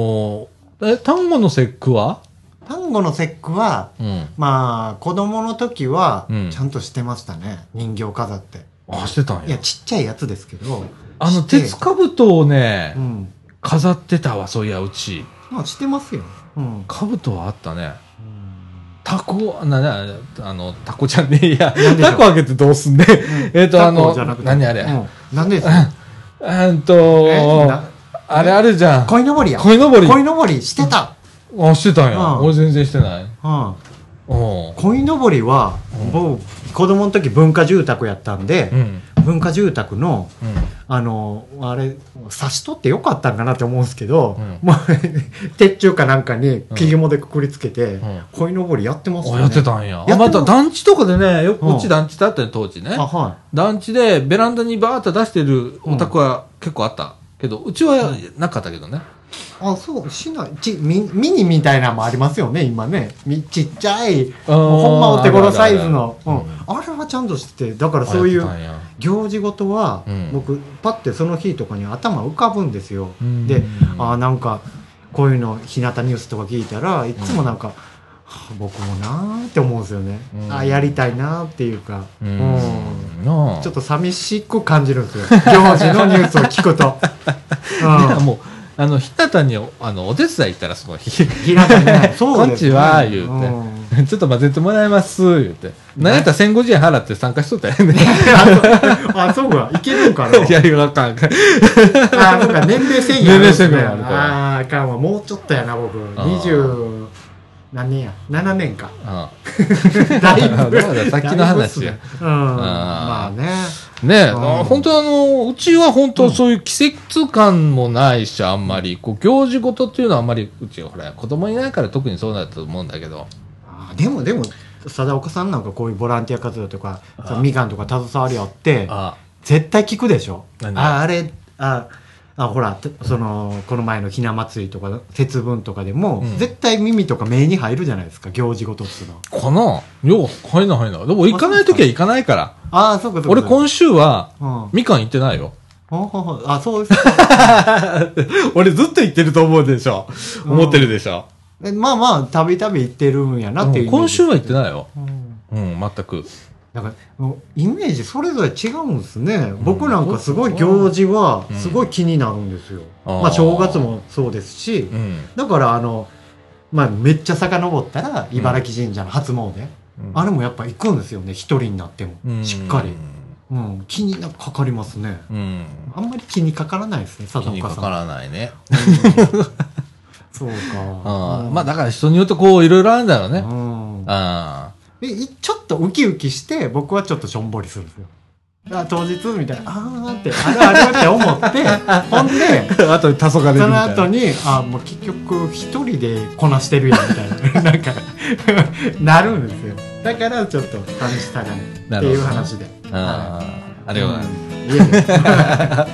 Speaker 1: ーえ、単語の節句は
Speaker 2: 単語の節句は、
Speaker 1: うん。
Speaker 2: まあ、子供の時は
Speaker 1: うん、
Speaker 2: ちゃんとしてましたね。人形飾って。
Speaker 1: あ、してたん
Speaker 2: い
Speaker 1: や。
Speaker 2: や、ちっちゃいやつですけど。
Speaker 1: あの、
Speaker 2: して
Speaker 1: 鉄兜をね
Speaker 2: う、ん。
Speaker 1: 飾ってたわ、そういや、うち。
Speaker 2: まあ、してますよ。うん。
Speaker 1: 兜はあったね。タコ、な、な、あの、タコじゃねえや
Speaker 2: なん。でしょう
Speaker 1: タコあげてどうすんね。えっと、あの
Speaker 2: タコじゃなく、て
Speaker 1: 何あれ。
Speaker 2: うんな んでです
Speaker 1: えーっ
Speaker 2: え
Speaker 1: と
Speaker 2: な、
Speaker 1: あれあるじゃん。
Speaker 2: 鯉のぼりや。
Speaker 1: 鯉のぼり。
Speaker 2: 鯉のぼりしてた。
Speaker 1: あ、してたんや。
Speaker 2: うん
Speaker 1: 俺全然してない。
Speaker 2: うん。
Speaker 1: うん。
Speaker 2: 鯉のぼりは、僕、子供の時文化住宅やったんで
Speaker 1: う、ん。
Speaker 2: 文化住宅の、
Speaker 1: うん。
Speaker 2: あの、あれ、差し取ってよかったんかなって思うんですけど
Speaker 1: うん、
Speaker 2: もう、 鉄柱かなんかに、木紐でくくりつけて
Speaker 1: ん、
Speaker 2: 鯉のぼりやってました
Speaker 1: あ、
Speaker 2: ね。
Speaker 1: やってたんや。
Speaker 2: や
Speaker 1: あ
Speaker 2: って
Speaker 1: ま
Speaker 2: ます
Speaker 1: た団地とかでね、よく、
Speaker 2: うん
Speaker 1: うち団地だったよ、当時ね
Speaker 2: あ、。はい。
Speaker 1: 団地でベランダにバーッと出してるお宅は結構あった。けど、うちはなかったけどね。
Speaker 2: あ、そう、市内、ち、ミミニみたいなのもありますよね、今ね。みちっちゃい、
Speaker 1: あー
Speaker 2: もうほんまお手頃サイズの。
Speaker 1: あ
Speaker 2: う
Speaker 1: る
Speaker 2: ん
Speaker 1: あるある。
Speaker 2: あれはちゃんとしてて、だからそうい
Speaker 1: あやって
Speaker 2: う
Speaker 1: たんや
Speaker 2: 行事ごとは
Speaker 1: うん、
Speaker 2: 僕、パッてその日とかに頭浮かぶんですよ
Speaker 1: うん。
Speaker 2: で、あーなんか、こういうの、日向ニュースとか聞いたら、いつもなんか、はあ僕もなーって思うんですよね
Speaker 1: う。ん
Speaker 2: あーやりたいなーっていうか。
Speaker 1: う
Speaker 2: うん
Speaker 1: ん。なあ。
Speaker 2: ち
Speaker 1: ち
Speaker 2: ょっと寂しく感じるんですよ。行事のニュースを聞くと。 うん
Speaker 1: もう、あの、ひなたに、あの、お手伝い行 ったら、その日、
Speaker 2: ひなたね。そ
Speaker 1: こ
Speaker 2: うんです
Speaker 1: ち
Speaker 2: ね
Speaker 1: は、言う
Speaker 2: うん
Speaker 1: て。ちょっと混ぜてもらいます、言うて。なんやったら1050円払って参加しとったよ ね。
Speaker 2: あ、そうか。いけるんかな。
Speaker 1: いやいや、あかんあかん。
Speaker 2: あ、そうか。年齢制限、
Speaker 1: 年齢制限あるから
Speaker 2: あーあかんわ。もうちょっとやな、僕。
Speaker 1: あー
Speaker 2: 二十、何年や。7年 か。
Speaker 1: う
Speaker 2: だいぶ。
Speaker 1: そうださっきの話や
Speaker 2: だいぶっすねうん。ま
Speaker 1: あ
Speaker 2: あ
Speaker 1: ー
Speaker 2: ね。
Speaker 1: んねえ、
Speaker 2: うん
Speaker 1: あ本当あの、うちは本当そういう季節感もないし、あんまり、こう、行事事っていうのはあんまり、うち、ほら、子供いないから特にそうだと思うんだけど、
Speaker 2: あーでも、でも、貞岡さんなんかこういうボランティア活動とか、そのみかんとか携わりあって、
Speaker 1: あ
Speaker 2: 絶対聞くでしょ
Speaker 1: 何
Speaker 2: ああれああほらてそのこの前のひな祭りとか節分とかでも、
Speaker 1: うん
Speaker 2: 絶対耳とか目に入るじゃないですか行事ごとっつうの
Speaker 1: かなよう、入んない入んない。でも行かないときは行かないから。
Speaker 2: ああそうかそうか
Speaker 1: 俺今週は、
Speaker 2: うんほ
Speaker 1: みかん行ってないよ。
Speaker 2: うほうほうあそうです
Speaker 1: 俺ずっと行ってると思うでしょ。
Speaker 2: 思ってる
Speaker 1: でしょ。
Speaker 2: えまあまあたびたび行ってるんやなっていうイメージ、
Speaker 1: 今週は行ってないよ。
Speaker 2: うん
Speaker 1: うん、全く。
Speaker 2: だからもうイメージそれぞれ違うんですね、僕なんかすごい行事は
Speaker 1: うん
Speaker 2: すごい気になるんですよ、
Speaker 1: あー
Speaker 2: まあ正月もそうですし、
Speaker 1: うん。
Speaker 2: だからあのまあ、めっちゃ遡ったら茨城神社の初詣、あれもやっぱ行くんですよね一人になっても、
Speaker 1: うん
Speaker 2: しっかり、うん、気になかかりますね
Speaker 1: うん
Speaker 2: あんまり気にかからないですね佐
Speaker 1: 気
Speaker 2: 藤
Speaker 1: に
Speaker 2: 岡
Speaker 1: か
Speaker 2: さん
Speaker 1: からないね
Speaker 2: そうか、
Speaker 1: あ
Speaker 2: う
Speaker 1: ー
Speaker 2: ん
Speaker 1: まあだから人によってこういろいろあるんだろうね
Speaker 2: うん
Speaker 1: あ
Speaker 2: でいちょっとウキウキして僕はちょっとしょんぼりするんですよあ当日みたいなあーってあるあるって思って ほんで
Speaker 1: あと黄昏
Speaker 2: その後にあもう結局一人でこなしてるやんみたいな なんかなるんですよだからちょっと楽しさがねって
Speaker 1: なるほどね
Speaker 2: いう話で
Speaker 1: あーありがとうございます
Speaker 2: うん 家で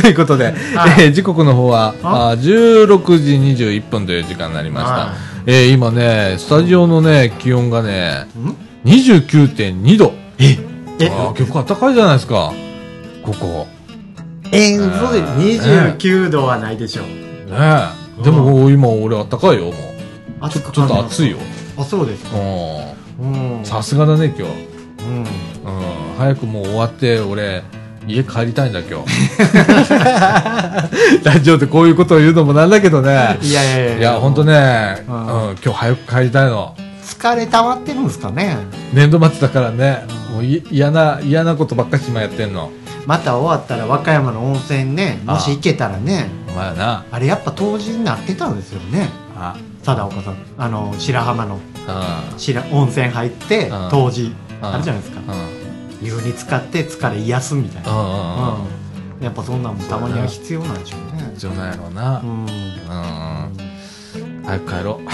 Speaker 1: ということで、
Speaker 2: はい
Speaker 1: えー時刻の方は
Speaker 2: あ
Speaker 1: あー16時21分という時間になりました、
Speaker 2: はい
Speaker 1: えー今ねスタジオのね気温がね
Speaker 2: ん
Speaker 1: 29.2度
Speaker 2: え
Speaker 1: あー結構暖かいじゃないですかここ
Speaker 2: えー、そうで29度はないでしょう。
Speaker 1: ねえでも今俺暖かいよもう
Speaker 2: あ
Speaker 1: ちょちょっと暑い
Speaker 2: よ。
Speaker 1: よ
Speaker 2: あ、そうですか。
Speaker 1: う
Speaker 2: うん。
Speaker 1: んさすがだね今日、
Speaker 2: うん。
Speaker 1: うん、早くもう終わって俺家帰りたいんだ今日ラジオでこういうことを言うのもなんだけどね
Speaker 2: いやいやいや。
Speaker 1: いや、ほんと
Speaker 2: ね。
Speaker 1: ね、う
Speaker 2: うんん、
Speaker 1: 今日早く帰りたいの。
Speaker 2: 疲れ溜まってるんですかね。
Speaker 1: 年度末だからね、
Speaker 2: うん
Speaker 1: もうい嫌な、嫌なことばっかし今やってんの。
Speaker 2: また終わったら和歌山の温泉ね、もし行けたらね、
Speaker 1: お前やな。
Speaker 2: あれやっぱ当時になってたんですよね。
Speaker 1: あ、
Speaker 2: 貞岡さん。あの、白浜の
Speaker 1: う
Speaker 2: 白温泉入って
Speaker 1: うん、
Speaker 2: 当時、
Speaker 1: ん。
Speaker 2: あるじゃないですか。
Speaker 1: うん。
Speaker 2: 湯に浸かって疲れ癒やすみたいな。
Speaker 1: うん。うん。
Speaker 2: うん。やっぱそんなんもたまには必要なんでしょ うね。
Speaker 1: じゃないのな
Speaker 2: う。
Speaker 1: う
Speaker 2: ん。
Speaker 1: ん。早く帰ろう。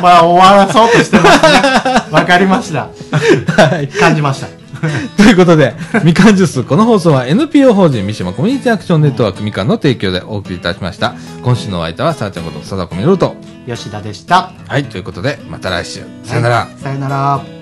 Speaker 2: まあ終わらそうとしてますね。わかりました。
Speaker 1: はい。
Speaker 2: 感じました。
Speaker 1: ということで、みかんジュース、この放送は NPO 法人三島コミュニティアクションネットワークみかんの提供でお送りいたしました。今週のお相手は、さあちゃんこと、貞子みろと。
Speaker 2: 吉田でした。
Speaker 1: はい。ということで、また来週。さよなら。
Speaker 2: はいさよなら。